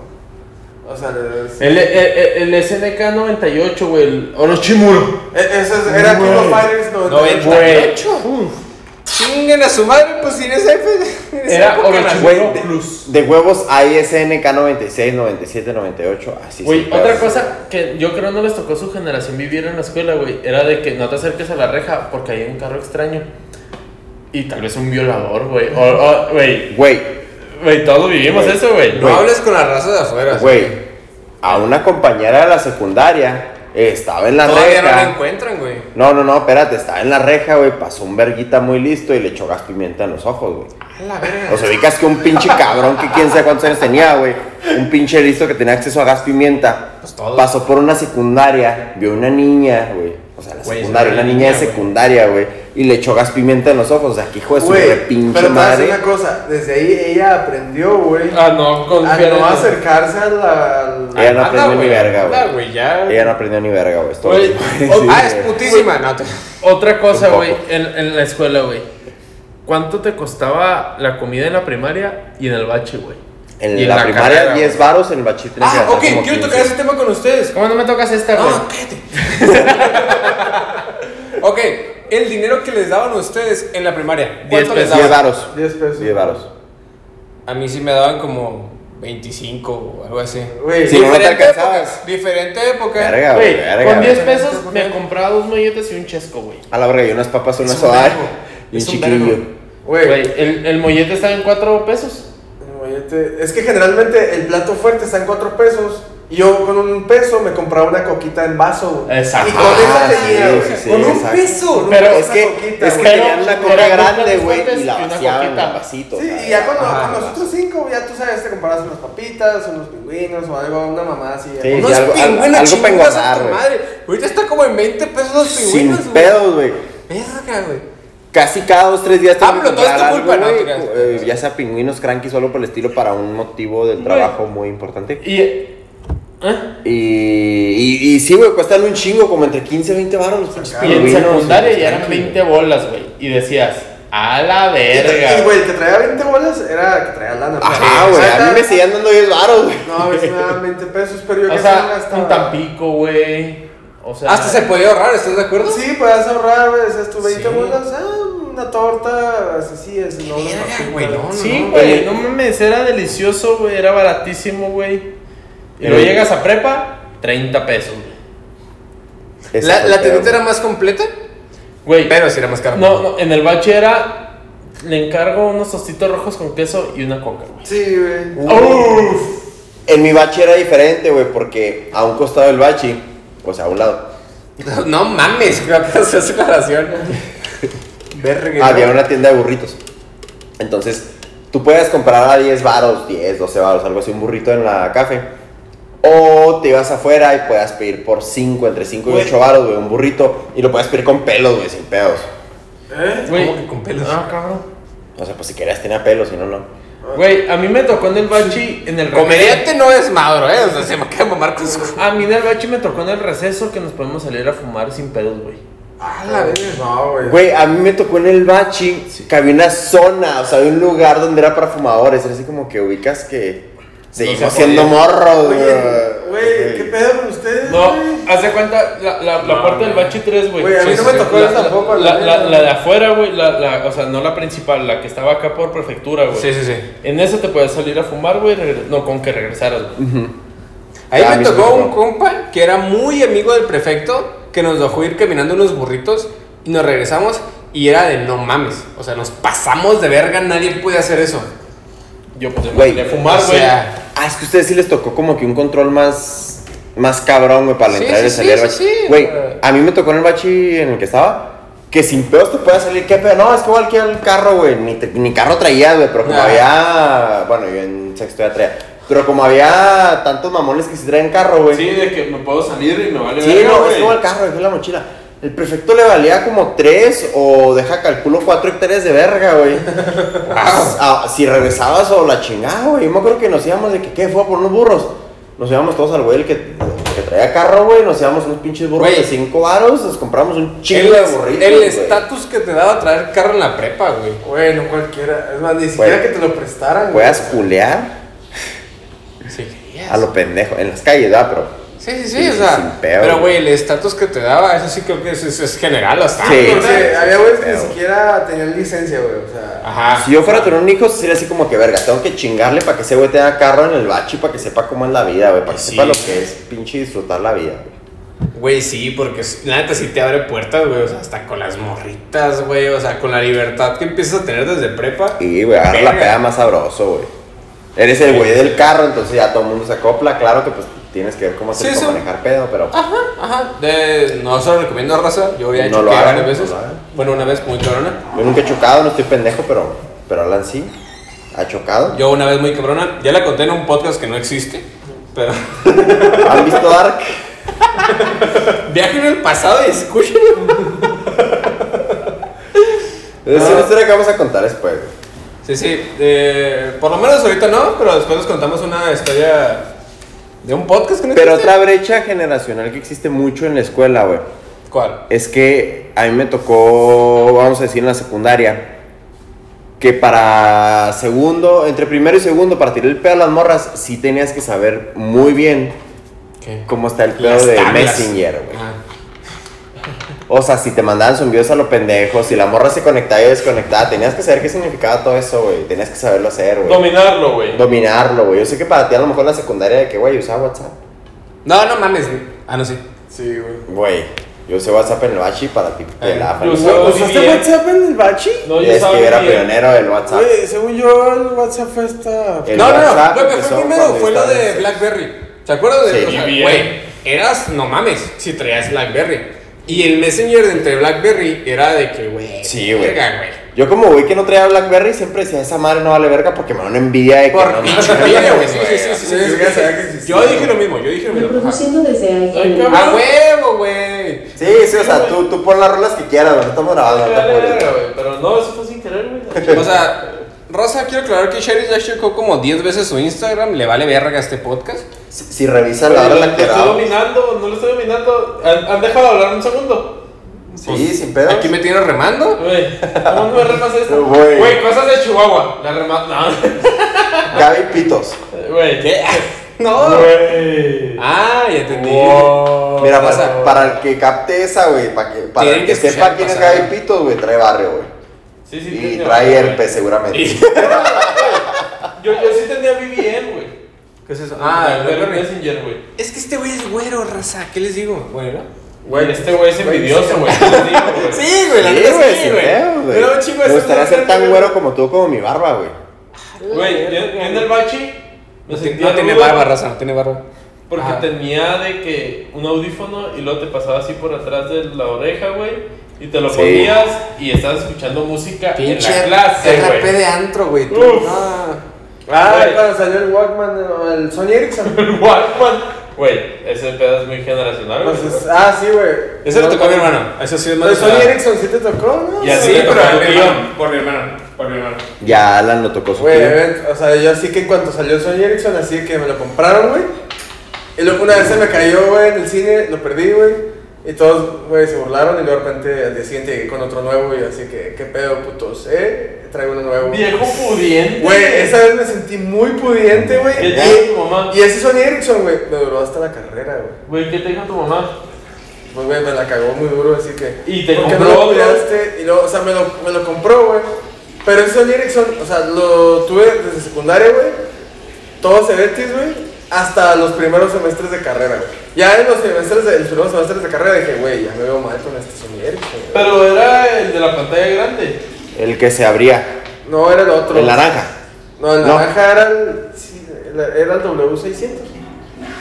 S3: O sea, el-
S1: El, el, el- el SNK 98, güey, el Orochimuro.
S3: e- ese es- era King of Fighters 98.
S1: Güey,
S4: Chinguen a su madre, pues si eres jefe.
S1: Era Orochimuro
S2: Güey, de-
S1: Plus.
S2: De huevos hay SNK 96, 97, 98. Así
S1: Güey,
S2: sin
S1: otra
S2: pedos.
S1: cosa que yo creo no les tocó a su generación vivir en la escuela, güey, era de que no te acerques a la reja porque hay un carro extraño. Y tal vez un violador, güey. O- o- Güey,
S2: Güey,
S1: güey, todos vivimos
S2: Güey.
S1: eso, güey.
S4: No hables con la raza de afuera.
S2: Güey, a una compañera de la secundaria eh, estaba en la
S4: Todavía no
S2: reja.
S4: la encuentran, güey.
S2: No, no, no, espérate, estaba en la reja, güey. Pasó un verguita muy listo y le echó gas pimienta en los ojos, güey.
S4: A la verga.
S2: O sea, ubicas que un pinche cabrón que quién sabe cuántos años tenía, güey. Un pinche listo que tenía acceso a gas pimienta.
S4: Pues todos.
S2: Pasó por una secundaria, vio una niña, güey. O sea, la
S4: Güey,
S2: secundaria,
S4: una
S2: una
S4: niña,
S2: niña de
S4: güey.
S2: secundaria, güey. Y le echó gas pimienta en los ojos. O sea, que hijo de su
S3: Güey,
S2: re pinche
S3: pero te voy a decir
S2: madre.
S3: una cosa. Desde ahí ella aprendió, güey.
S1: Ah, no,
S3: a
S1: confiar en-
S3: no acercarse a la. al-
S2: Ella no
S4: Anda,
S2: aprendió ni
S4: güey,
S2: verga,
S4: anda,
S2: güey.
S4: güey, ya.
S2: Ella no aprendió ni verga, güey. esto-
S1: Güey,
S2: Sí,
S4: Ah, es
S2: güey.
S4: putísima. No, te-
S1: Otra cosa,
S2: Un poco.
S1: güey, en, en la escuela, güey. ¿Cuánto te costaba la comida en la primaria y en el bache, güey?
S2: En
S1: Y en
S2: la,
S1: la
S2: primaria
S1: carrera,
S2: 10 varos, en el bachiller tienes que
S4: Ah,
S2: gastar
S4: ok,
S2: como
S4: quiero
S2: 15.
S4: tocar ese tema con ustedes.
S1: ¿Cómo no me tocas esta, güey?
S4: No, cállate. ok, el dinero que les daban ustedes en la primaria.
S1: Diez
S4: ¿Cuánto les
S1: pesos.
S2: 10
S4: daban?
S2: varos.
S3: 10 pesos.
S2: 10 varos.
S4: A mí sí me daban como 25 o algo así.
S3: Güey,
S2: Sí, no, no te
S4: Diferente
S2: alcanzabas.
S4: época, Diferente época.
S2: Verga, güey.
S1: Güey,
S2: Verga,
S1: con
S2: güey.
S1: 10 pesos me compraba dos molletes y un chesco, güey.
S2: A la verga, y unas papas, una
S4: un
S2: soda.
S4: vergo.
S2: Y un
S4: Es un vergo.
S2: chiquillo.
S1: Güey,
S3: Güey,
S1: el, el mollete estaba en 4 pesos.
S3: el mollete- Es que generalmente el plato fuerte está en 4 pesos. Y yo con un peso me compraba una coquita en vaso. güey.
S1: Exacto.
S3: Y con esa
S2: Ah, sí,
S3: tenía, güey.
S2: sí, sí,
S3: con un
S2: exacto.
S3: peso. con un-
S1: Pero
S2: es
S3: esa
S2: que,
S3: coquita,
S2: es que
S3: güey.
S1: güey.
S2: tenían una
S1: Pero
S2: coca
S1: eran
S2: grande,
S1: platos
S2: güey, y
S1: fuertes
S2: la
S1: y una
S2: vaciaban en
S1: coquita.
S2: vasito.
S3: Sí,
S2: o sea,
S3: y ya cuando
S4: Ajá.
S3: con nosotros cinco, ya tú sabes, te comprabas unas papitas, unos pingüinos o algo, una mamá así.
S2: Sí,
S3: algo.
S4: Unos
S2: sí, algo- algo-
S4: pingüinos
S2: algo pa'
S4: chingas a
S2: engordar,
S4: tu
S2: güey.
S4: madre. Ahorita está como en 20 pesos los
S2: Sin
S4: pingüinos, güey.
S2: pedos, güey.
S4: Verga, güey.
S2: Casi cada dos, tres días
S4: Ah,
S2: que
S4: pero todo es tu
S2: comprar
S4: culpa,
S2: algo,
S4: no,
S2: güey,
S4: tiras.
S2: eh, Ya sea pingüinos, cranky, solo por el estilo, para un motivo del trabajo muy importante.
S1: Y. ¿Eh?
S2: Y, y, y sí, güey, cuestan un chingo, como entre 15, 20 baros los pinches
S1: Y en
S2: pingüinos,
S1: secundaria
S2: güey,
S1: ya eran
S2: cranky,
S1: 20 bolas, güey. Y decías, a la
S3: Y
S1: verga.
S3: güey, el que traía 20 bolas era el que traía lana.
S2: Ajá,
S3: O
S2: güey,
S3: sea,
S2: a mí me
S3: era-
S2: seguían dando 10 varos, güey.
S3: No, a veces me daban 20 pesos, pero yo
S1: O
S3: casi no
S1: sea,
S3: gastaba.
S1: un tampico, güey. O sea.
S4: Hasta se podía ahorrar, ¿estás de acuerdo?
S3: Sí, puedes ahorrar, güey, esas tus 20
S4: Sí.
S3: bolas, ah, una torta, así, sí, es no, una
S4: Verga,
S3: papita.
S4: güey, no,
S1: Sí,
S4: no,
S1: güey.
S2: güey.
S1: No mames, era delicioso, güey. Era baratísimo, güey. Y
S2: Pero-
S1: luego llegas a prepa, 30 pesos, güey.
S2: Ese
S4: ¿La,
S2: fue el
S4: la
S2: pedo,
S4: tiendita
S2: güey.
S4: era más completa?
S1: Güey.
S4: Pero sí era más cara.
S1: No, no, en el bache era. Le encargo unos tostitos rojos con queso y una coca, güey.
S3: Sí,
S2: Uh,
S3: güey.
S4: Oh,
S1: Uf.
S2: En mi bache era diferente, güey, porque a un costado del bache, o sea, a un lado,
S4: No, [LAUGHS] no mames, creo que esa declaración. Verga.
S2: había una tienda de burritos. Entonces, tú puedes comprar a 10 varos, 10, 12 varos, algo así, un burrito en la café. O te ibas afuera y podías pedir por 5, entre 5 y 8 baros, güey, un burrito. Y lo podías pedir con pelos, güey, sin pedos.
S5: ¿Eh?
S1: Güey,
S4: que con pelos?
S1: Ah, cabrón.
S2: O sea, pues si querías tenía pelos, si no, no.
S1: Güey, a mí me tocó en el bachi, en el
S4: Comediante no es Mauro, ¿eh? O sea, se me queda mamar con su.
S1: A mí en el bachi me tocó en el receso que nos podemos salir a fumar sin pedos, güey.
S5: Ah, la verga, no, güey.
S2: Güey, a mí me tocó en el bachi que había una zona, o sea, había un lugar donde era para fumadores. Era así como que ubicas que seguimos
S1: se
S2: siendo morros, güey.
S5: Oye, güey, ¿qué
S2: Ok.
S5: pedo con ustedes?
S1: No,
S5: güey?
S1: haz de cuenta la, la, la puerta del bachi 3, güey.
S5: Güey, a mí no me tocó
S1: la,
S5: esa tampoco,
S1: La,
S5: la
S1: la-
S5: neta.
S1: la de afuera, güey. La, la- o sea, no la principal, la que estaba acá por prefectura, güey.
S4: Sí, sí, sí.
S1: En esa te podías salir a fumar, güey. regre- No, con que regresaras, güey.
S4: Ahí
S2: Ah,
S4: me
S2: mis
S4: tocó
S2: burros.
S4: un compa que era muy amigo del prefecto que nos dejó ir caminando unos burritos y nos regresamos y era de no mames. O sea, nos pasamos de verga, nadie puede hacer eso.
S1: Yo pues
S2: Güey,
S1: me salí a fumar,
S4: o
S1: güey.
S4: sea,
S2: Ah, es que a ustedes sí les tocó como que un control más, más cabrón, güey, para la
S4: Sí,
S2: entrada y la
S4: sí,
S2: salida
S4: sí,
S2: del bachi.
S4: sí, sí,
S2: Güey,
S4: güey.
S2: a mí me tocó en el bachi en el que estaba. Que sin pedos te puedas salir, qué pedo. No, es que igual que el carro, güey. Ni, te- ni carro traía, güey. Pero como
S4: Ah.
S2: había. Bueno, yo en sexto ya traía. Pero como había tantos mamones que se traen carro, güey.
S5: Sí, de que me puedo salir y me vale
S2: Sí,
S5: verga,
S2: no,
S5: güey.
S2: es como el carro, dejó la mochila. El prefecto le valía como 3 o deja calculo 4 hectáreas de verga, güey. Ah, si regresabas o la chingada, güey. Yo me acuerdo que nos íbamos de que, ¿qué fue? Por unos burros. Nos íbamos todos al güey el que, que traía carro, güey. Nos íbamos unos pinches burros
S4: Güey.
S2: de 5 varos. Nos compramos un
S4: el
S2: chingo de burritos.
S4: el
S2: güey.
S4: estatus que te daba traer carro en la prepa, güey.
S5: Güey, no cualquiera. Es más, ni siquiera que te lo prestaran, güey.
S2: Puedas culear
S4: Sí, querías.
S2: a lo pendejo. En las calles, ¿verdad? Pero.
S4: sí, sí, sí,
S2: Sí,
S4: o
S2: sí,
S4: sea.
S2: sin pedo,
S4: pero,
S2: güey.
S4: güey, el estatus que te daba, eso sí creo que es, es- es general hasta.
S2: Sí.
S5: Porque había güeyes que ni
S2: Pero-
S5: siquiera tenían licencia, güey. O sea,
S4: Ajá.
S2: Si yo fuera a tener un hijo, sería así como que verga, tengo que chingarle para que ese güey tenga carro en el bachi, para que sepa cómo es la vida, güey, para que
S4: Sí.
S2: sepa lo que es pinche disfrutar la vida, güey.
S4: Güey, sí, porque es- la neta sí te abre puertas, güey. O sea, hasta con las morritas, güey. O sea, con la libertad que empiezas a tener desde prepa.
S2: Y, güey, agarra la
S4: Verga.
S2: peda más sabroso, güey. Eres el güey del carro, entonces ya todo el mundo se acopla. Claro que pues tienes que ver cómo se
S4: Sí, sí.
S2: manejar pedo, pero.
S4: Ajá. De, no se lo recomiendo a raza. Yo había
S2: No
S4: hecho
S2: lo
S4: que
S2: hagan,
S4: varias veces.
S2: no lo hagan.
S4: bueno, una vez muy cabrona.
S2: Yo nunca he chocado, no estoy pendejo, pero. Pero Alan sí. Ha chocado.
S4: Yo una vez muy cabrona. Ya la conté en un podcast que no existe. Pero [LAUGHS]
S2: ¿Han visto Dark?
S4: viaje en el pasado y escuchen.
S2: Es una historia que vamos a contar después, güey.
S4: Sí, sí. eh, por lo menos ahorita no, pero después les contamos una historia de un podcast que no
S2: Pero
S4: existe.
S2: otra brecha generacional que existe mucho en la escuela, güey.
S4: ¿Cuál?
S2: es que a mí me tocó, vamos a decir, en la secundaria, que para segundo, entre primero y segundo, para tirar el pedo a las morras, sí tenías que saber muy bien
S4: ¿Qué?
S2: cómo está el pedo
S4: Las
S2: de
S4: tablas.
S2: Messenger, güey.
S4: Ah.
S2: O sea, si te mandaban zumbidos a lo pendejo, si la morra se conectaba y desconectaba, tenías que saber qué significaba todo eso, güey. Tenías que saberlo hacer, güey.
S1: Dominarlo, güey.
S2: Dominarlo, güey. Yo sé que para ti a lo mejor la secundaria de que, güey, usaba WhatsApp.
S4: No, no mames. Ah, no, sí.
S5: sí, güey.
S2: Güey, yo usé WhatsApp en el bachi para ti. te
S4: Ay,
S2: la-
S1: yo usaba-
S2: Es
S5: ¿Usaste
S1: bien.
S5: WhatsApp en el bachi?
S1: No, yo
S2: que
S1: sabía
S2: era
S1: bien.
S2: pionero del WhatsApp.
S5: Güey, según yo, el WhatsApp fue esta.
S2: El
S4: no, no, no,
S2: WhatsApp
S4: lo que
S2: empezó
S4: fue primero
S2: cuando
S4: fue lo
S2: estaba
S4: de
S2: en-
S4: BlackBerry. ¿Se acuerdan de
S2: Sí.
S4: o sea,
S1: Y bien.
S4: Güey, eras, no mames, si traías BlackBerry. Y el Messenger de entre BlackBerry era de que, güey,
S2: Sí, güey.
S4: verga, güey.
S2: Yo como güey que no traía Blackberry siempre decía, esa madre no vale verga porque me da una envidia de que
S4: Por [LAUGHS]
S2: no me
S4: pinche envidia, güey. Sí, sí, sí, sí, sí,
S5: Güey,
S4: sí,
S5: ya
S4: sí,
S5: sabía que
S4: sí.
S5: existía.
S4: Yo dije lo mismo, yo dije lo mismo. Ajá.
S6: Reproduciendo desde
S1: Ay,
S6: ahí.
S1: cabrón.
S4: ¡A huevo, güey!
S2: Sí, sí, o sea, tú, tú pon las rolas que quieras, güey, no estamos grabando, no te
S1: Dale,
S2: apures.
S1: verga, güey, Pero no, eso fue sin querer, güey.
S4: O sea, Rosa, quiero aclarar que Sherry ya checó como 10 veces su Instagram. Le vale verga este podcast.
S2: Si, si revisa la hora en la que
S1: estoy
S2: grabamos.
S1: dominando, no lo estoy dominando. ¿Han, han dejado hablar un segundo?
S2: Sí, sin pedo.
S4: Pues, Aquí me tiene remando.
S1: Güey, ¿cómo no me remas esto?
S2: Güey.
S1: Güey, cosas de Chihuahua. La remas. No,
S2: Gaby Pitos.
S1: güey.
S4: ¿Qué? No.
S1: Güey.
S4: Ah, ya entendí. Oh,
S2: Mira,
S4: o
S2: para,
S4: sea,
S2: para el que capte esa, güey, para que, para
S4: Tienen
S2: el que
S4: que escuchar
S2: sepa quién es
S4: pasar.
S2: Gaby Pitos, güey, trae barrio, güey.
S1: Sí, sí,
S2: Y
S1: tenía-
S2: trae herpes seguramente.
S1: Yo, yo sí tenía BBM, güey.
S4: ¿Qué es eso?
S1: Ah,
S4: Ah,
S1: el
S4: Blackberry.
S1: Messenger, güey.
S4: Es que este güey es güero, raza. ¿Qué les digo? Bueno.
S1: Güey, este güey es envidioso, [LAUGHS] güey. te lo digo, güey.
S4: Sí,
S2: Sí,
S4: güey, la neta
S2: güey,
S4: sí,
S2: sin pedo, güey.
S4: Pero, chico,
S2: Me
S4: eso
S2: gustaría
S4: es-
S2: ser tan güero como tú, como mi barba, güey.
S1: Güey, yo yo en el bachi me
S4: No,
S1: sentía
S4: tiene
S1: rudo
S4: barba, raza, no tiene barba.
S1: Porque
S4: Ah.
S1: tenía de que un audífono y luego te pasaba así por atrás de la oreja, güey. Y te lo
S2: Sí.
S1: ponías y estabas escuchando música en la clase,
S4: RP
S1: güey.
S4: de antro, güey. tú.
S1: Uf.
S4: Ah.
S3: Ah,
S1: Güey.
S3: cuando salió el Walkman, o el Sony
S1: [LAUGHS]
S3: Ericsson.
S1: El Walkman. Güey, ese pedo es muy generacional. güey.
S3: Entonces, ah, sí, güey.
S4: Eso le tocó a mi hermano. Eso sí es más.
S3: El
S4: de
S3: Sony
S4: su edad.
S3: Ericsson sí te tocó, ¿no?
S1: Y así
S4: Pues Sí,
S1: le
S4: pero
S1: tocó a
S4: a
S1: tu
S4: mi
S1: tío.
S4: hermano. Por mi hermano. Por mi hermano.
S2: Ya Alan lo tocó su
S3: Güey,
S2: tío.
S3: ven, o sea, yo sí que cuando salió el Sony Ericsson, así que me lo compraron, güey. Y luego una vez se me cayó, güey, en el cine, lo perdí, güey. Y todos, güey, se burlaron y luego de repente al día siguiente llegué con otro nuevo y así que, ¿qué pedo, putos? ¿Eh? Traigo uno nuevo.
S1: Viejo pudiente.
S3: Güey, esa vez me sentí muy pudiente, güey.
S1: ¿Qué te
S3: Y,
S1: dijo tu mamá?
S3: y ese Sony Ericsson, güey, me duró hasta la carrera, güey.
S1: Güey, ¿qué te dijo tu mamá?
S3: Pues, güey, me la cagó muy duro, así que.
S1: Y te
S3: ¿por qué
S1: compró
S3: no lo
S1: otro?
S3: cuidaste? Y luego, o sea, me lo, me lo compró, güey. Pero ese Sony Ericsson, o sea, lo tuve desde secundaria, güey. Todo Cebetis, güey. Hasta los primeros semestres de carrera, güey. Ya en los semestres de, los primeros semestres de carrera dije, güey, ya me veo mal con este Sony Ericsson. güey.
S1: Pero era el de la pantalla grande.
S2: El que se abría.
S3: No, era el otro.
S2: El naranja.
S3: No, el
S2: No.
S3: naranja era el. Sí, era era el W600.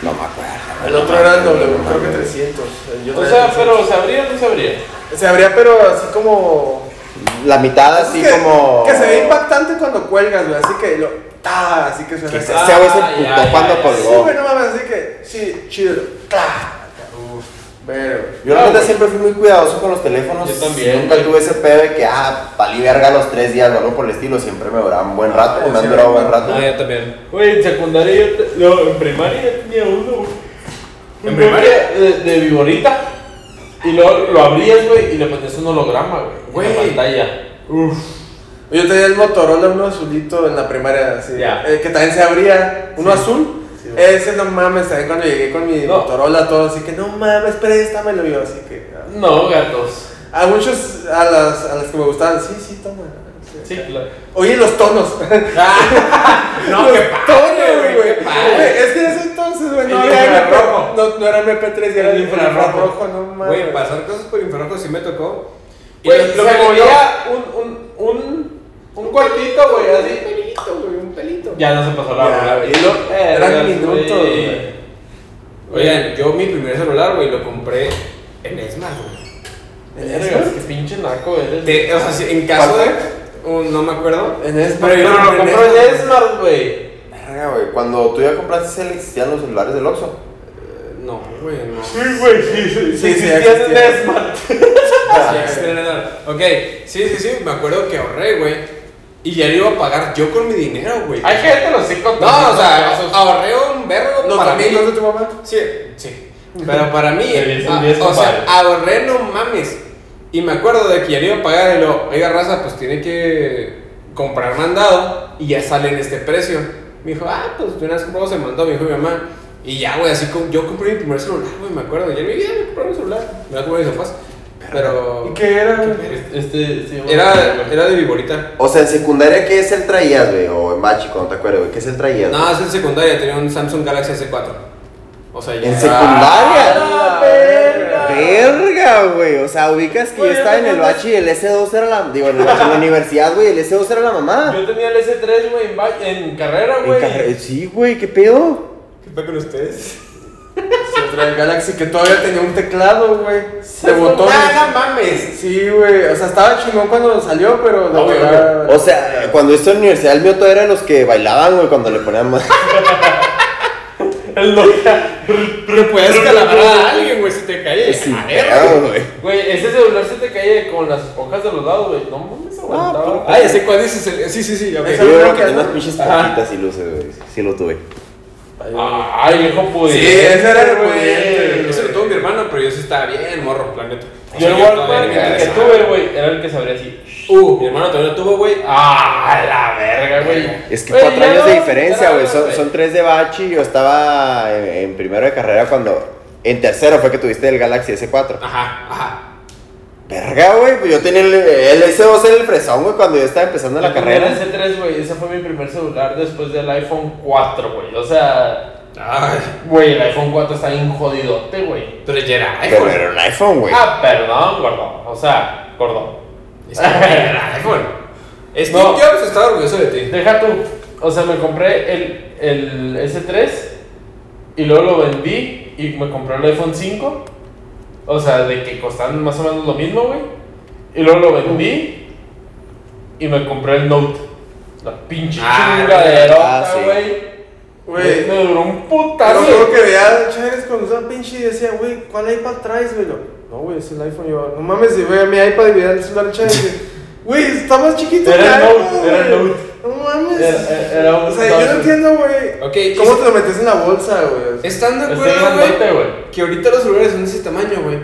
S2: No me acuerdo.
S3: El otro era el W, creo que 300. Yo
S1: O
S3: traía
S1: sea,
S3: 300.
S1: pero ¿se abría o no se abría?
S3: Se abría, pero así como.
S2: La mitad así
S3: que,
S2: como.
S3: Que se ve impactante cuando cuelgas, güey. Así que lo. ¡Ta! Así que suena.
S2: Que se
S3: así.
S2: se güey, se
S1: Ah, ya,
S2: emputó
S1: ya,
S2: cuando
S1: ya.
S3: Sí,
S2: colgó.
S3: güey, no mames. Así que. Sí, chido. ¡Ta! Uf, Pero.
S2: Yo
S1: Ah,
S2: la neta
S1: güey.
S2: siempre fui muy cuidadoso con los teléfonos.
S1: Yo también,
S2: Nunca
S1: güey.
S2: tuve ese pedo de que, ah, valí verga los tres días o algo por el estilo. Siempre me duraban un
S3: Ah,
S2: buen rato, me han durado un buen rato.
S4: Ah, yo también.
S1: Güey, en secundaria yo. te- No, en primaria yo tenía uno, güey.
S4: ¿En
S1: Un
S4: primaria?
S1: Nokia De, de viborita. Y luego lo abrías, güey, y le ponías un holograma, güey. En la
S3: Güey.
S1: pantalla.
S3: Yo tenía el Motorola, uno azulito en la primaria, así.
S1: Ya.
S3: eh, que también se abría. Uno azul. Ese no mames, también cuando llegué con mi
S1: No.
S3: Motorola todo, así que no mames, préstamelo yo, así que. ah.
S1: No, gatos.
S3: A muchos, a las, a las que me gustaban, sí, sí, toma.
S1: Sí, claro.
S3: Oye, los tonos.
S4: Ah, No,
S3: Los
S4: Ah, qué padre,
S3: tonos,
S4: güey,
S3: güey.
S4: qué padre.
S3: Güey, Es que en ese entonces, güey, no
S4: El
S3: era MP,
S4: infrarrojo.
S3: no, no era MP3, ya era
S1: El
S3: el infrarrojo,
S1: infrarrojo,
S3: no mames.
S4: Güey, pasar cosas por infrarrojo sí me tocó. Y
S1: Güey,
S4: lo- lo
S1: Pues, se
S4: que me
S1: movía un, un, un, un cuartito, güey, así.
S3: pelito, güey, un pelito.
S1: Ya no se pasó la
S3: Ya,
S1: hora, güey.
S3: y lo- eran
S1: Vergas,
S3: minutos,
S1: güey.
S3: güey.
S4: Oigan, yo mi primer celular, güey, lo compré en Esma, güey.
S1: Vergas, qué pinche naco eres.
S4: De- O sea, si- en caso de. un- no me acuerdo.
S3: En Esma.
S4: Pero yo
S1: Pero
S4: no
S1: lo
S4: lo
S1: compró
S4: compré.
S1: en Esmart, güey.
S2: Verga, güey. Cuando tú ya compraste ese, existían los celulares del Oxxo.
S4: Eh, No, güey, no.
S1: güey, sí, sí.
S3: sí,
S1: existían
S3: existía.
S1: en Esmart.
S4: Sí, acelerador. Ok, sí, sí, sí, me acuerdo que ahorré, güey. Y ya lo iba a pagar yo con mi dinero, güey.
S1: Hay gente los cinco
S4: No, o sea, ahorré un verbo
S3: ¿Los
S4: para mí.
S3: amigos de tu mamá?
S4: Sí, sí. Pero
S1: [LAUGHS]
S4: para mí,
S1: Te vienes un
S4: ah,
S1: diez,
S4: o
S1: compadre.
S4: sea, ahorré, no mames. Y me acuerdo de que ya le iba a pagar y lo, oiga, raza, pues tiene que comprar mandado y ya sale en este precio. Me dijo, ah, pues de unas compramos el mandado, me dijo mi mamá. Y ya, güey, así como yo compré mi primer celular, güey, me acuerdo. Ya en mi vida me compré un celular, me lo compré mis papás. Pero.
S3: ¿Y qué era, güey?
S1: Este, sí,
S4: Era, era de viborita.
S2: O sea, en secundaria, ¿qué cel traías, güey? O en Bachico, no te acuerdas, güey. ¿Qué cel traías? güey?
S4: No, es en secundaria, tenía un Samsung Galaxy S4. O sea,
S2: ¿En
S4: ya.
S2: secundaria?
S1: ¡Ah, verga!
S2: Verga, güey. O sea, ubicas que
S1: Güey,
S2: yo estaba
S1: yo
S2: en el
S1: tengo-
S2: bachi y el S2 era la. Digo, en el bachi, en la universidad, güey. El S2 era la mamá.
S1: Yo tenía el S3, güey, en, ba- en carrera,
S2: En
S1: güey.
S2: carre- eh, Sí, güey, ¿qué pedo?
S4: ¿Qué fue con ustedes?
S3: Se trae el Galaxy que todavía tenía un teclado, güey. De
S4: ¡Ah,
S3: botones.
S4: no mames!
S3: Sí, güey. O sea, estaba chingón cuando salió, pero la
S1: No, güey,
S3: verdad-
S2: Ah, O sea, eh, cuando estuve en la universidad, el mío todavía era los que bailaban, güey, cuando le ponían
S1: [LAUGHS]
S2: más.
S1: El Nokia.
S4: Pero puedes calabrar a alguien, güey, si te cae.
S2: Eh, Sí,
S1: Ah,
S4: A ver,
S2: claro, güey.
S1: Güey, ese celular se te caía con las hojas de los lados, güey. No mames, aguantaba.
S4: Ah, ya sé cuál dices. el- Sí, sí, sí. ok.
S2: Yo
S3: Esa-
S2: creo
S3: Nokia,
S2: que tenía
S3: ¿no?
S2: unas pinches pajitas y luces, güey. Sí, lo tuve.
S3: pues.
S1: Ay, viejo pudiente.
S3: Sí, ese era el
S1: güey.
S3: pudiente,
S4: Eso lo tuvo mi hermano, pero yo sí estaba bien, morro, planeta.
S1: Yo el Walkman el que tuve, güey, era el que se abría así.
S4: Uh, mi hermano también lo tuvo, güey.
S1: Ah, la verga, güey.
S2: Es que
S1: Güey,
S2: cuatro
S1: ya
S2: años
S1: no,
S2: de diferencia,
S1: ya
S2: güey.
S1: no,
S2: Son, son tres de bachi. Yo estaba en, en primero de carrera cuando. En tercero fue que tuviste el Galaxy S4.
S4: Ajá, ajá.
S2: Verga, güey. Pues yo tenía el, el S2 era el fresón, güey, cuando yo estaba empezando la
S1: Yo tenía
S2: carrera.
S1: El S3, güey, ese fue mi primer celular después del iPhone 4, güey. O sea,
S4: Ay,
S1: güey, el iPhone 4 está bien jodidote, güey.
S4: pero ya era
S2: Pero
S4: iPhone.
S2: era un iPhone, güey.
S1: Ah, perdón, gordo. O sea, gordo.
S4: Es que era iPhone. Steve
S1: No.
S4: Jobs estaba orgulloso de ti.
S1: Deja tú. O sea, me compré el, el S3 y luego lo vendí y me compré el iPhone 5. O sea, de que costaban más o menos lo mismo, güey. Y luego lo vendí y me compré el Note. La pinche
S4: Ah,
S1: chingaderota,
S2: ah, sí.
S1: güey.
S3: Güey,
S1: Me duró un
S3: Pero
S1: putazo.
S3: creo que veía chavales con esa pinche y decía, güey, ¿cuál iPad traes, güey? Yo, No, güey, es el iPhone. Yo, no mames, si veo mi iPad y veía el celular chavales. Güey, [LAUGHS] está más chiquito
S1: Era el
S3: que
S1: Note,
S3: iPhone,
S1: era el
S3: güey.
S1: Note.
S3: No mames.
S1: Era- era- era un
S3: o sea, yo no
S1: Note.
S3: entiendo, güey.
S4: Ok,
S3: ¿Cómo
S4: y-
S3: te lo metes en la bolsa, güey?
S4: Están de
S1: Está
S4: acuerdo,
S1: grandote,
S4: güey,
S1: güey.
S4: que ahorita los celulares son de ese tamaño, güey.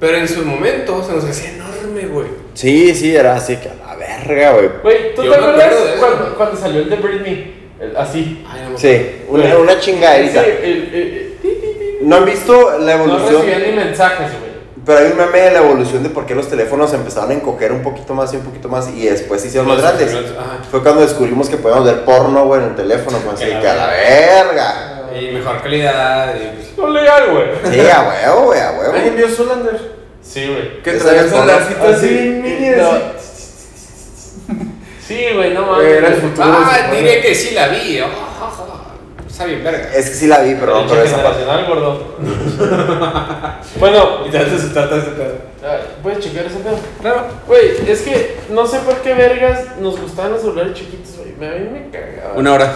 S4: Pero en su momento se nos hacía enorme, güey.
S2: Sí, sí, era así que a la verga, güey.
S1: Güey, ¿tú
S4: Yo
S1: te
S4: me acuerdo
S1: acuerdas
S4: de eso.
S1: cuando, cuando salió el de Britney? El- así.
S4: Ay, no me
S2: Sí, una, una
S1: Sí,
S2: chingaderita.
S1: el- el- el- ti, ti, ti.
S2: ¿No han visto la
S1: No
S2: evolución?
S1: recibía ni mensajes, güey.
S2: Pero hay un meme de la evolución de por qué los teléfonos empezaron a encoger un poquito más y un poquito más y después se hicieron más grandes.
S4: Ajá.
S2: Fue cuando descubrimos que podíamos ver porno, güey, en el teléfono. Como así que a la verga.
S4: Y mejor calidad. Y, pues,
S1: No legal, güey.
S2: Sí, a huevo, güey, a
S3: Alguien
S2: huevo.
S3: vio Solander.
S1: Sí, güey.
S3: Que
S2: Ese
S3: traía
S2: era
S3: un
S2: el porno.
S3: celularcito así, mini,
S1: No.
S3: así.
S1: Sí, güey, no mames.
S3: Era el futuro.
S4: ah,
S3: se
S4: diré que sí la vi. oh, oh, oh. Está bien, verga.
S2: Es que sí la vi, pero no,
S1: Leche
S2: pero esa parte.
S1: generacional, [LAUGHS] gordo. bueno,
S4: Y te haces trata de ese pedo.
S1: ah, ¿puedes checar ese pedo?
S4: Claro.
S1: Güey, es que no sé por qué vergas nos gustaban los celulares chiquitos, güey. Me- A mí me cagaba.
S4: Una hora.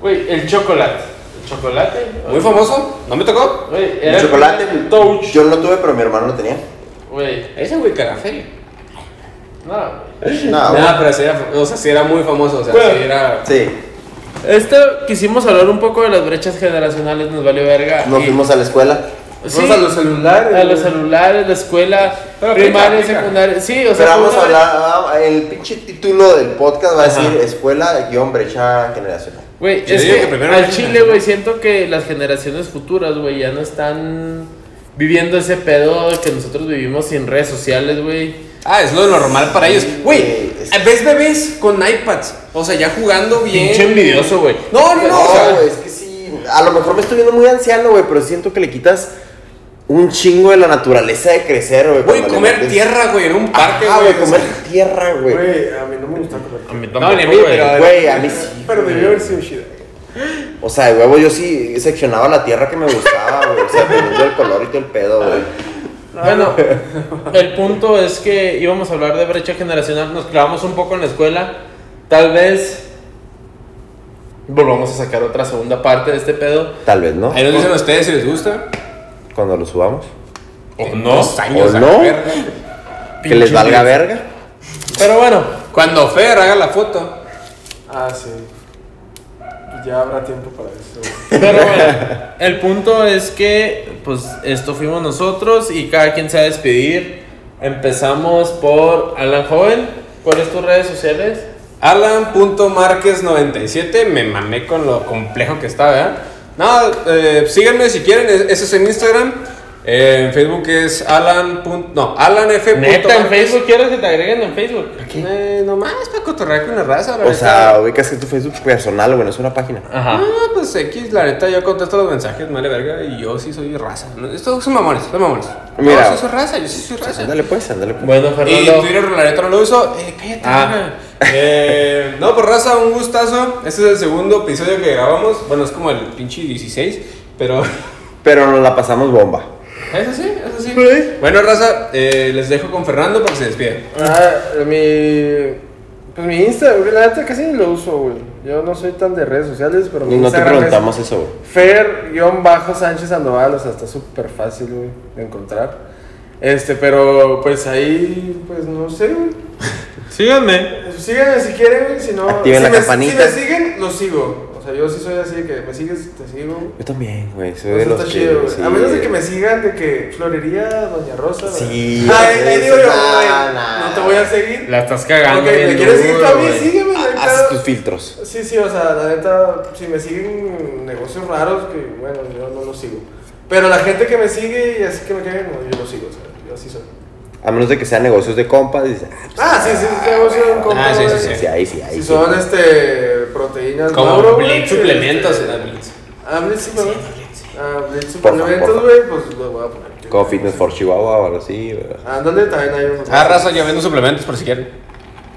S1: Güey, el chocolate. El chocolate.
S4: Muy famoso. ¿No me tocó?
S1: Güey, era
S2: El chocolate,
S1: el touch.
S2: yo no lo tuve, pero mi hermano lo tenía.
S1: Güey,
S4: Ese güey cagaferio.
S1: nada, güey.
S2: No, güey.
S4: Nada, pero sí era, o sea, sí era muy famoso. O sea,
S1: Bueno.
S4: sí era.
S2: Ah, Sí,
S1: Este, quisimos hablar un poco de las brechas generacionales, nos valió verga.
S2: nos
S1: Y-
S2: fuimos a la escuela.
S1: Sí,
S3: Vamos a los celulares.
S1: a los
S3: güey.
S1: celulares, la escuela,
S4: Pero
S1: primaria,
S4: aplica, aplica.
S1: secundaria. Sí, o sea,
S2: Pero vamos
S1: fue
S2: a
S1: una-
S2: hablar, ah, el pinche título del podcast va a decir Escuela guión brecha generacional.
S1: Güey,
S4: Yo
S1: es
S4: digo
S1: que,
S4: que primero
S1: al
S4: la
S1: chile,
S4: generación.
S1: güey, siento que las generaciones futuras, güey, ya no están viviendo ese pedo que nosotros vivimos sin redes sociales, güey.
S4: Ah, es lo normal para ellos. Güey,
S2: güey, es-
S4: ves bebés con iPads. O sea, ya jugando bien.
S1: Pinche envidioso, güey.
S4: No, no, no.
S2: No,
S4: o sea,
S2: güey, es que sí. A lo mejor me estoy viendo muy anciano, güey, pero siento que le quitas un chingo de la naturaleza de crecer, güey.
S4: Güey,
S2: cuando le
S4: comer
S2: metes-
S4: tierra, güey, en un parque,
S2: Ah,
S4: güey.
S2: güey, comer tierra, güey.
S3: Güey, a mí no me gusta comer.
S4: No, ni a mí, pero.
S2: Güey, a mí sí.
S3: Pero debió haber sido chida.
S2: O sea, de huevo, yo sí seccionaba la tierra que me gustaba, güey. O sea, [LAUGHS] dependiendo del color y todo el pedo, güey.
S1: Bueno,
S4: [LAUGHS]
S1: el punto es que íbamos a hablar de brecha generacional, nos clavamos un poco en la escuela, tal vez volvamos a sacar otra segunda parte de este pedo.
S2: Tal vez, ¿no?
S4: Ahí nos dicen ustedes si les gusta.
S2: Cuando lo subamos.
S1: ¿O
S4: Dos años,
S2: ¿O
S4: a
S2: no?
S4: ver.
S2: Que les valga verga.
S1: Pero bueno,
S4: Cuando Fer haga la foto.
S3: Ah, sí. Ya habrá tiempo para eso. güey.
S1: pero bueno, [LAUGHS] el punto es que pues esto fuimos nosotros y cada quien se va a despedir. Empezamos por Alan Joven. ¿Cuáles tus redes sociales?
S4: Alan.marquez97, me mamé con lo complejo que está, ¿verdad? No, eh, síganme si quieren, e- ese es en Instagram. Eh, en Facebook es Alan. pun- No, AlanF.
S1: Neta, en
S4: Marquez.
S1: Facebook, ¿quieres que te agreguen en Facebook?
S4: Eh, nomás para cotorrear con la raza, la
S2: O
S4: neta.
S2: sea, ubicas que tu Facebook personal, güey, no es una página.
S1: Ajá.
S4: Ah, pues X, la neta, yo contesto los mensajes, male verga, y yo sí soy raza. ¿no? Estos son mamones, son mamones.
S2: Mira.
S4: Yo sí soy raza, yo sí soy raza.
S2: Ándale, pues, ándale, pues.
S1: Bueno,
S4: Y
S1: Fernando.
S4: Twitter, la neta, no lo uso. Eh, cállate,
S1: Ah.
S4: Ana. Eh, no, pues raza, un gustazo. Este es el segundo episodio que grabamos. Bueno, es como el pinche 16, pero. [LAUGHS]
S2: Pero nos la pasamos bomba.
S4: Eso sí, eso sí. Bueno, raza, eh, les dejo con Fernando para que se despida.
S3: Ah, mi. Pues mi Insta, güey, la neta casi ni lo uso, güey. Yo no soy tan de redes sociales, pero pues, mi
S2: Y no te
S3: Instagram es
S2: preguntamos eso, güey.
S3: Fer-Sánchez Sandoval, o sea, está súper fácil, güey, de encontrar. Este, pero pues ahí, pues no sé, güey.
S1: Síganme.
S3: Síganme si quieren, güey, si no.
S2: Activen
S3: si
S2: la
S3: me,
S2: campanita.
S3: Si me siguen, los sigo. O sea, yo sí soy así de que me sigues, te sigo.
S2: Yo también, güey. Soy de
S3: Pues Eso
S2: los que-
S3: está chido, güey.
S2: sí.
S3: A menos de que me sigan de que Florería, Doña Rosa.
S2: Sí,
S3: ¿verdad? Ay, ahí digo yo,
S2: nah,
S3: güey,
S2: nah.
S3: no te voy a seguir.
S1: La estás cagando.
S3: Ok, ¿me
S1: bien
S3: quieres
S1: duro,
S3: seguir tú a mí?
S1: güey.
S3: Sígueme,
S4: Ah,
S2: Ha-
S3: ahorita.
S2: Haces tus filtros.
S3: Sí, sí, o sea, la neta, si me siguen negocios raros, que bueno, yo no los sigo. Pero la gente que me sigue y así que me caen, no, yo los sigo, o sea, yo así soy.
S2: A menos de que sean negocios de compas. dices, ah,
S3: Ah, sí, sí, sí, negocio de un compa,
S4: Ah, sí, sí,
S3: güey.
S4: sí.
S2: sí, ahí sí, ahí
S3: Si
S2: sí.
S3: son este, proteínas,
S4: Como
S3: Mauro, güey,
S4: Blitz
S3: este,
S4: suplementos, ¿verdad? Blitz.
S3: Ah, Blitz suplementos. Ah, Blitz
S2: Por favor,
S3: suplementos,
S2: por
S3: güey, pues lo voy a poner.
S2: Como Fitness for Chihuahua o algo así. güey.
S3: Ándale, también hay unos.
S4: Ah, raza, yo vendo suplementos por si quieren.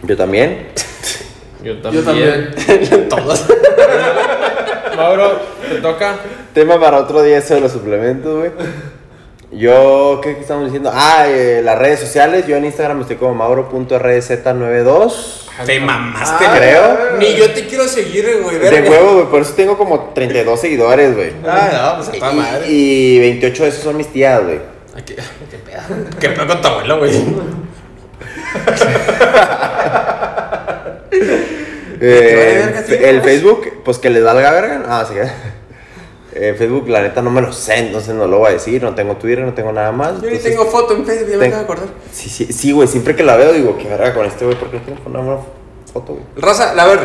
S2: Yo también.
S1: Yo también.
S3: Yo también.
S4: Todos.
S1: Mauro, te toca.
S2: Tema para otro día eso de los suplementos, güey. Yo, ¿qué, qué estamos diciendo? Ah, eh, las redes sociales. Yo en Instagram estoy como mauro.rdz92.
S4: Te mamaste,
S2: Ah,
S4: güey.
S2: creo.
S4: Ni yo te quiero seguir, güey.
S2: De
S4: verga.
S2: huevo, güey. Por eso tengo como 32 seguidores, güey.
S4: Ah, no, pues a toda madre.
S2: Y, y 28 de esos son mis tías, güey.
S4: Ay, ¿Qué, [LAUGHS] qué pedo? ¿Qué pedo con tu abuelo, güey?
S2: Eh,
S4: vale verga, sí,
S2: el Facebook, pues que les valga verga. Ah, sí. [LAUGHS] Eh, Facebook, la neta, no me lo sé, entonces no lo voy a decir. No tengo Twitter, no tengo nada más.
S4: Yo ni
S2: entonces-
S4: tengo foto en Facebook, ya me
S2: Ten-
S4: acabo de acordar.
S2: Sí, sí, sí, güey. Siempre que la veo, digo, qué verga con este, güey. ¿Por qué no tengo una buena foto, güey?
S4: Raza, la ver.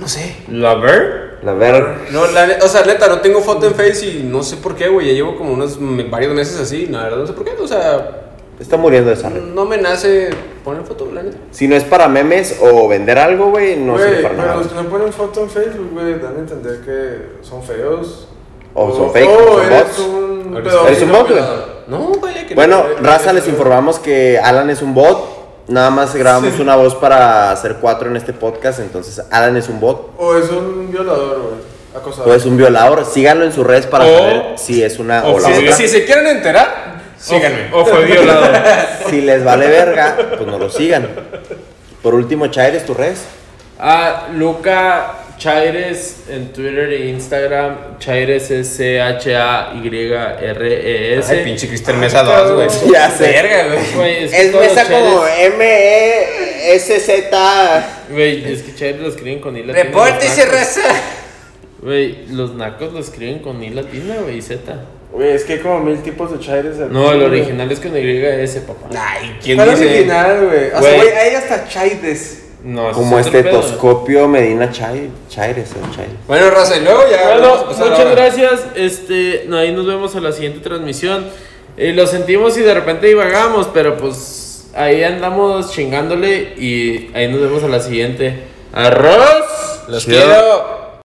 S4: No sé.
S1: ¿Lover?
S2: La verga.
S4: No, la ne- o sea, neta, no tengo foto en Face y no sé por qué, güey. Ya llevo como unos m- varios meses así, la verdad, no sé por qué. O sea,
S2: Está muriendo esa red.
S4: no me nace poner foto, la neta.
S2: Si no es para memes o vender algo, güey, no
S3: Güey,
S2: sirve para
S3: pero
S2: nada.
S3: los que no ponen foto en Facebook, güey, dan a entender que son feos.
S2: O son fake, o son
S3: eres
S2: bots.
S3: un
S4: Eres
S3: pedófilo
S2: un bot, güey.
S3: pelado.
S4: No, güey, que
S2: Bueno,
S4: no-
S2: raza, les informamos que Alan es un bot. Nada más grabamos una voz para hacer cuatro en este podcast. Entonces, Alan es un bot.
S3: O es un violador, güey. Acosador.
S2: O es un violador. Síganlo en sus redes para
S1: O-
S2: saber si es una o,
S1: o
S2: la
S1: si-
S2: otra.
S4: Si se quieren enterar, síganme.
S1: O fue violado.
S2: Si les vale verga, pues no lo sigan. Por último, Chaires, tus redes.
S1: Ah, Luca Chaires en Twitter e Instagram. Chaires es C-H-A-Y-R-E-S.
S4: Ay, pinche Cristian Mesa 2, güey.
S2: Ya sé.
S4: Ah, Verga, güey.
S1: Güey, que
S2: Es
S1: todos
S2: mesa
S1: los Chaires-
S2: como E M-E-S-Z.
S1: Güey, es que Chaires lo escriben con I latina.
S4: Repórtese,
S1: los nacos.
S4: raza.
S1: Güey, los nacos lo escriben con I latina, güey, y Z.
S3: Güey, es que hay como mil tipos de chaires. al-
S1: No, el original es con YS, papá.
S4: Ay, ¿quién
S3: ¿Cuál es
S4: dice?
S3: original, güey? O sea,
S1: Güey.
S3: güey, hay hasta chaires.
S1: No, ese
S2: Como este
S1: es otro pedo.
S2: estetoscopio Medina eh, Chai- Chaires. o Chaires.
S4: Bueno, raza, y luego ya. vamos
S1: Bueno,
S4: a pasar
S1: muchas
S4: ahora.
S1: gracias. Este, no, ahí nos vemos a la siguiente transmisión. Eh, lo sentimos y de repente divagamos, pero pues ahí andamos chingándole y ahí nos vemos a la siguiente. Arroz.
S4: Los quiero.